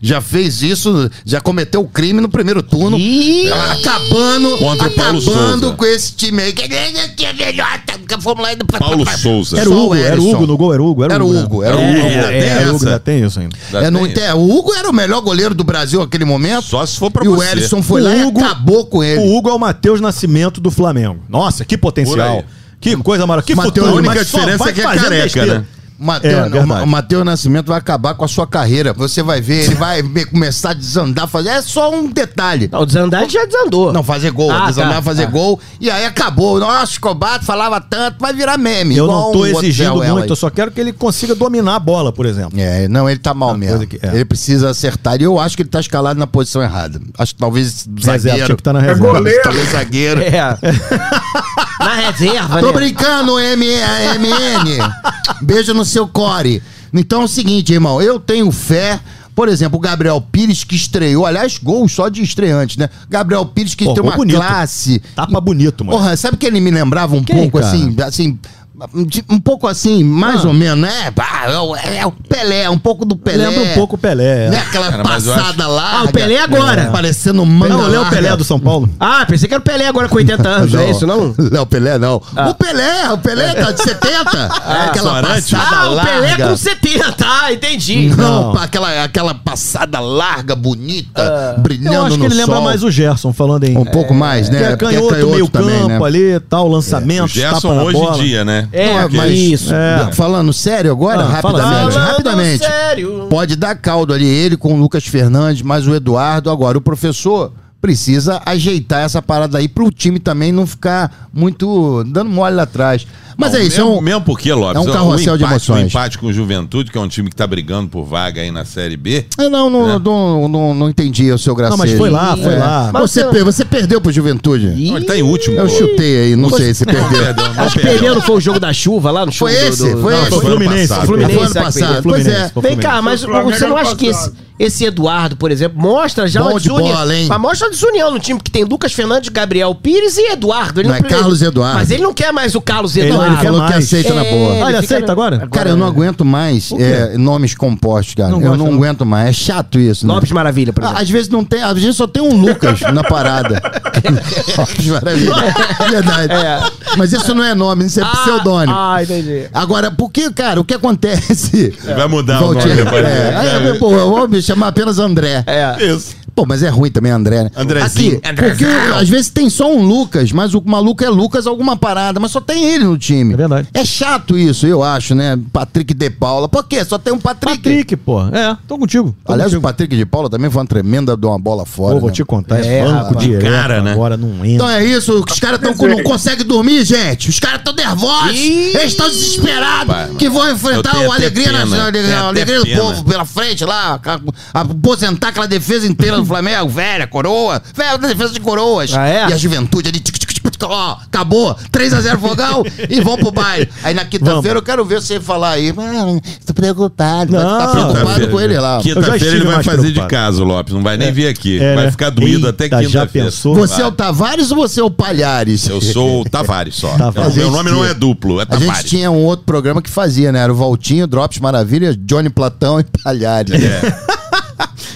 Speaker 6: já fez isso, já cometeu o crime no primeiro turno. Tá
Speaker 3: Ih,
Speaker 6: Acabando,
Speaker 4: Contra o Paulo
Speaker 6: acabando
Speaker 4: Souza.
Speaker 6: com esse time aí. Que- que- que é melhor, tá? Porque fomos lá e...
Speaker 4: Paulo Souza.
Speaker 2: Era
Speaker 6: Só
Speaker 2: o
Speaker 6: o
Speaker 2: Hugo, era o
Speaker 6: Erisson.
Speaker 2: Hugo no gol, era o Hugo, era
Speaker 6: Era o
Speaker 2: né?
Speaker 6: Hugo, era o
Speaker 4: É,
Speaker 6: Hugo.
Speaker 4: é,
Speaker 6: ainda tem
Speaker 4: é,
Speaker 2: Era o Hugo,
Speaker 6: essa?
Speaker 2: ainda tem isso ainda.
Speaker 6: É, não tem- O Hugo era o melhor goleiro do Brasil naquele momento.
Speaker 4: Só se for pra
Speaker 6: e o
Speaker 4: você.
Speaker 6: Erisson foi lá
Speaker 2: Hugo-
Speaker 6: e acabou com ele.
Speaker 2: O Hugo é o Matheus Nascimento do Flamengo. Nossa, que
Speaker 4: Por
Speaker 2: potencial.
Speaker 4: aí.
Speaker 2: Que coisa maravilhosa. Que
Speaker 6: Mateus,
Speaker 2: futuro.
Speaker 6: a única
Speaker 2: mas só
Speaker 4: diferença
Speaker 2: vai
Speaker 4: é que é
Speaker 2: fazendo
Speaker 4: careca,
Speaker 2: besteira.
Speaker 4: né?
Speaker 2: É,
Speaker 6: Mateus,
Speaker 2: verdade.
Speaker 6: Ma- Mateus Nascimento vai acabar com a sua carreira. Você vai ver, ele vai be- começar a desandar, fazer. É só um detalhe.
Speaker 3: não, o desandar já desandou.
Speaker 6: Não, fazer gol,
Speaker 3: Ah,
Speaker 6: desandar,
Speaker 3: tá,
Speaker 6: fazer
Speaker 3: tá.
Speaker 6: gol. E aí acabou. Nossa, Escobar falava tanto, vai virar meme.
Speaker 2: Eu
Speaker 6: igual
Speaker 2: não tô
Speaker 6: o outro
Speaker 2: exigindo
Speaker 6: Zé Ruela
Speaker 2: muito,
Speaker 6: aí.
Speaker 2: eu só quero que ele consiga dominar a bola, por exemplo.
Speaker 6: É, não, ele tá mal mesmo.
Speaker 2: coisa que- é.
Speaker 6: Ele precisa acertar. E eu acho que ele tá escalado na posição errada. Acho que talvez
Speaker 2: Reserva, tinha
Speaker 6: zagueiro.
Speaker 2: que tá na
Speaker 5: É
Speaker 2: reserva.
Speaker 5: goleiro.
Speaker 6: Talvez zagueiro.
Speaker 3: É. Na reserva,
Speaker 6: Tô
Speaker 3: né?
Speaker 6: brincando, M- MN. Beijo no seu core. Então é o seguinte, irmão, eu tenho fé. Por exemplo, o Gabriel Pires que estreou, aliás, gol só de estreante, né? Gabriel Pires que
Speaker 2: Pô,
Speaker 6: tem
Speaker 2: gol
Speaker 6: uma
Speaker 2: bonito. Tá
Speaker 6: classe.
Speaker 2: Tapa bonito, mano.
Speaker 6: Porra, sabe que ele me lembrava um
Speaker 2: Quem,
Speaker 6: pouco
Speaker 2: cara?
Speaker 6: assim, assim, de- um pouco assim, mais ou menos, né? Ah, é o- É o Pelé, um pouco do Pelé.
Speaker 2: Lembra um pouco o Pelé. é.
Speaker 6: Né? Aquela
Speaker 4: Cara, mas eu
Speaker 6: passada lá.
Speaker 3: Ah, o Pelé agora.
Speaker 6: Parecendo um manga.
Speaker 2: Não, ele é o
Speaker 6: larga.
Speaker 2: Pelé do São Paulo.
Speaker 3: Ah, pensei que era o Pelé agora com 80
Speaker 2: Ah,
Speaker 3: anos, não é isso não?
Speaker 6: Não, Pelé não. O Pelé, o Pelé tá de 70. aquela
Speaker 4: Sorante.
Speaker 6: passada
Speaker 3: Ah, o Pelé
Speaker 6: larga.
Speaker 3: com 70, ah, entendi.
Speaker 6: Não,
Speaker 2: Não.
Speaker 6: pá, aquela, aquela passada larga, bonita,
Speaker 2: Ah. Eu
Speaker 6: brilhando
Speaker 2: acho
Speaker 6: no
Speaker 2: que ele
Speaker 6: sol.
Speaker 2: lembra mais o Gerson, falando em.
Speaker 6: Um pouco mais, né?
Speaker 2: Que é
Speaker 6: Porque
Speaker 2: canhoto, meio campo
Speaker 6: né?
Speaker 2: ali, tal, lançamento, tapa
Speaker 4: Gerson
Speaker 2: na
Speaker 4: hoje em
Speaker 2: bola.
Speaker 4: dia, né?
Speaker 3: É,
Speaker 6: tá Não, mas-
Speaker 3: isso.
Speaker 2: É.
Speaker 6: Falando sério agora,
Speaker 2: Ah, fala
Speaker 6: rapidamente,
Speaker 2: sério.
Speaker 6: rapidamente.
Speaker 3: Falando sério.
Speaker 6: Pode dar caldo ali, ele com o Lucas Fernandes, mas o Eduardo agora. O professor precisa ajeitar essa parada aí pro time também não ficar muito dando mole lá atrás. Mas
Speaker 4: Bom,
Speaker 6: é isso,
Speaker 4: mesmo,
Speaker 6: é um...
Speaker 4: mesmo porque, Lopes,
Speaker 6: é um carrossel de
Speaker 4: empate-
Speaker 6: emoções.
Speaker 4: Um empate com o Juventude, que é um time que tá brigando por vaga aí na Série B.
Speaker 6: Eu Ah, não, não, não, não, não entendi o seu
Speaker 2: Não,
Speaker 6: gracejo.
Speaker 2: mas foi lá, foi
Speaker 6: É.
Speaker 2: lá.
Speaker 3: Mas
Speaker 6: Você,
Speaker 3: eu-
Speaker 6: per- você perdeu pro Juventude.
Speaker 4: Não, ele tá em último.
Speaker 6: Eu
Speaker 4: pô.
Speaker 6: chutei aí, não sei se perdeu.
Speaker 4: Perdão, não
Speaker 3: Acho que
Speaker 4: perdeu.
Speaker 3: perdendo foi o jogo da chuva lá no show
Speaker 6: Foi
Speaker 3: do-
Speaker 6: esse,
Speaker 3: do-
Speaker 6: foi
Speaker 3: não,
Speaker 6: esse.
Speaker 4: foi
Speaker 2: Foi Fluminense.
Speaker 4: ano passado.
Speaker 2: Fluminense.
Speaker 6: Foi ano
Speaker 3: Fluminense,
Speaker 6: passado. Pois
Speaker 2: Fluminense,
Speaker 6: é.
Speaker 2: foi
Speaker 3: Vem cá, mas
Speaker 5: Flamengo
Speaker 3: você não
Speaker 5: ano
Speaker 3: acha que esse,
Speaker 5: passado.
Speaker 3: esse Eduardo, por exemplo, mostra já
Speaker 6: Bom
Speaker 3: uma
Speaker 6: de
Speaker 3: desunião.
Speaker 6: bola, hein?
Speaker 3: Mas mostra a desunião no time que tem Lucas Fernandes, Gabriel Pires e Eduardo. Ele
Speaker 6: Não, é
Speaker 3: pre-
Speaker 6: Carlos Eduardo.
Speaker 3: Mas ele não quer mais o Carlos
Speaker 2: Ele-
Speaker 3: Eduardo.
Speaker 6: Ele falou que
Speaker 2: mais.
Speaker 6: aceita na boa.
Speaker 3: É,
Speaker 2: Ah, ele
Speaker 3: fica
Speaker 2: aceita
Speaker 3: no-
Speaker 2: agora?
Speaker 6: Cara, eu não aguento mais
Speaker 2: O quê?
Speaker 6: é, nomes compostos, cara.
Speaker 2: Não
Speaker 6: eu
Speaker 2: gosta,
Speaker 6: não
Speaker 2: não.
Speaker 6: aguento mais. É chato isso, né?
Speaker 3: Lopes Maravilha, por
Speaker 6: Ah,
Speaker 3: exemplo.
Speaker 6: Às vezes não tem, às vezes só tem um Lucas na parada. Lopes Maravilha. Verdade. Mas isso não é nome, isso é pseudônimo.
Speaker 3: Ah, entendi.
Speaker 6: Agora, por que, cara, o que acontece?
Speaker 4: Vai mudar o
Speaker 6: Valdir,
Speaker 4: nome depois.
Speaker 6: é, aí, pô, eu vou me chamar apenas André.
Speaker 3: É.
Speaker 4: Isso.
Speaker 6: Pô, mas é ruim também, André, né?
Speaker 4: Andrezinho.
Speaker 6: Aqui, porque às vezes tem só um Lucas, mas o maluco é Lucas alguma parada, mas só tem ele no time.
Speaker 2: É verdade.
Speaker 6: É chato isso, eu acho, né? Patrick de Paula. Por quê? Só tem um Patrick.
Speaker 2: Patrick, pô. É, tô contigo. Tô
Speaker 6: Aliás, o
Speaker 2: contigo.
Speaker 6: Patrick de Paula também foi uma tremenda de uma bola fora.
Speaker 2: Pô, vou
Speaker 6: né?
Speaker 2: te contar, é,
Speaker 6: É,
Speaker 2: banco
Speaker 6: rapaz.
Speaker 2: direto
Speaker 4: Cara, né?
Speaker 2: agora, não entra.
Speaker 6: Então é isso, os
Speaker 4: Tá
Speaker 6: caras tão com, não conseguem dormir, gente. Os caras estão nervosos,
Speaker 3: Ih!
Speaker 6: eles estão desesperados
Speaker 4: Vai, mano.
Speaker 6: que vão
Speaker 4: Eu
Speaker 6: enfrentar
Speaker 4: tenho
Speaker 6: o
Speaker 4: até
Speaker 6: Alegria,
Speaker 4: pena,
Speaker 6: Nacional,
Speaker 4: tenho
Speaker 6: a
Speaker 4: até
Speaker 6: Alegria do
Speaker 4: pena.
Speaker 6: Povo pela frente lá, a- a- aposentar aquela defesa inteira do Flamengo, velha, coroa, velha defesa de coroas.
Speaker 3: Ah, é?
Speaker 6: E a juventude ali. tic, tic, tic, tic, seguinte, ó, acabou, 3x0 fogão e vamos pro baile. Aí na quinta-feira eu quero ver você falar aí, mano, tô preocupado, vai
Speaker 2: Não.
Speaker 6: ficar preocupado com ele lá.
Speaker 2: Eu já
Speaker 4: Quinta-feira ele
Speaker 2: estive
Speaker 4: vai
Speaker 2: mais
Speaker 4: fazer de
Speaker 2: preocupado.
Speaker 4: casa, o Lopes. Não vai nem vir aqui.
Speaker 2: É,
Speaker 4: vai
Speaker 2: né?
Speaker 4: ficar doído até
Speaker 2: Eita, já
Speaker 4: quinta-feira.
Speaker 2: pensou?
Speaker 6: Você é o Tavares ou você é o Palhares?
Speaker 4: Eu sou o Tavares só.
Speaker 2: Tavares.
Speaker 4: Meu nome não
Speaker 6: tinha-
Speaker 4: é duplo, é
Speaker 6: A
Speaker 4: Tavares.
Speaker 6: gente tinha um outro programa que fazia, né? Era o Valtinho, Drops Maravilha, Johnny Platão e Palhares.
Speaker 4: É,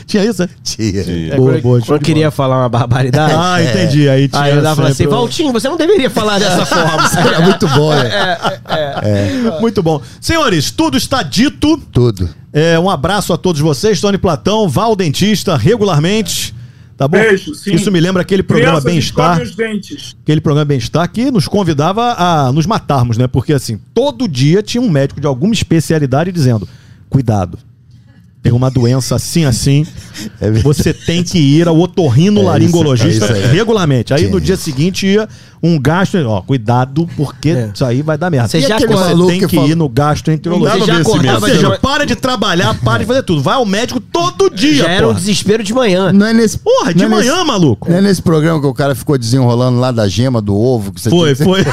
Speaker 2: Tinha isso, né?
Speaker 6: Tinha.
Speaker 4: de-
Speaker 2: Boa,
Speaker 3: quando,
Speaker 2: boa,
Speaker 3: quando
Speaker 2: show de
Speaker 3: queria falar uma barbaridade.
Speaker 2: Ah, entendi. Aí tinha
Speaker 3: Aí eu dava assim,
Speaker 2: sempre o-
Speaker 3: Valtinho, você não deveria falar dessa forma.
Speaker 6: Era muito bom,
Speaker 2: É.
Speaker 6: né?
Speaker 2: Muito bom. Senhores, tudo está dito.
Speaker 6: Tudo.
Speaker 2: É, um abraço a todos vocês. Tony Platão, vá ao dentista regularmente. Tá bom?
Speaker 5: Beijo, sim.
Speaker 2: Isso me lembra aquele programa
Speaker 5: Crianças,
Speaker 2: Bem-Estar.
Speaker 5: escovem os dentes.
Speaker 2: Aquele programa Bem-Estar que nos convidava a nos matarmos, né? Porque assim, todo dia tinha um médico de alguma especialidade dizendo: cuidado. Tem uma doença assim, assim. você tem que ir ao otorrinolaringologista
Speaker 6: É isso, é isso aí.
Speaker 2: regularmente. Aí no
Speaker 6: Sim.
Speaker 2: dia seguinte ia um gastro. Ó, cuidado, porque
Speaker 3: É.
Speaker 2: isso aí vai dar merda.
Speaker 3: Você
Speaker 6: E
Speaker 3: já
Speaker 6: aquele
Speaker 3: acordou-
Speaker 2: Você
Speaker 6: maluco
Speaker 2: tem que
Speaker 6: falou-
Speaker 2: ir no gastroenterologista.
Speaker 4: Dava ver esse
Speaker 2: Ou
Speaker 4: mesmo.
Speaker 2: seja,
Speaker 3: de-
Speaker 2: para de trabalhar, para de fazer tudo. Vai ao médico todo dia,
Speaker 3: Já era um
Speaker 2: porra.
Speaker 3: desespero de manhã.
Speaker 6: Não é nesse.
Speaker 2: Porra, de
Speaker 6: não é
Speaker 2: manhã,
Speaker 6: nesse-
Speaker 2: maluco.
Speaker 6: Não é nesse programa que o cara ficou desenrolando lá da gema, do ovo, que você
Speaker 2: Foi,
Speaker 6: tinha que-
Speaker 2: foi.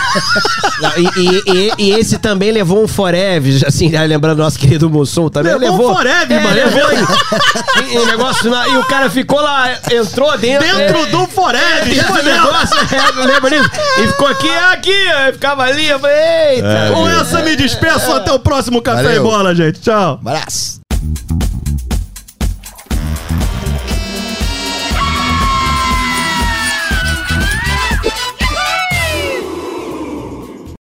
Speaker 3: Não, E, e- e- e esse também levou um Foreves, assim, né, lembrando nosso querido Mussum também.
Speaker 2: Levou um
Speaker 3: Levou É,
Speaker 2: Forever, mano.
Speaker 3: Levou um- e, e- e negócio na- e o cara ficou lá, entrou dentro.
Speaker 2: Dentro do Forever.
Speaker 3: Dentro do negócio, é, lembra disso? E ficou aqui, é aqui, ó, e ficava ali, eu falei, eita.
Speaker 2: Com essa me despeço. Até o próximo Café
Speaker 6: Valeu.
Speaker 2: e Bola, gente. Tchau.
Speaker 6: Abraço.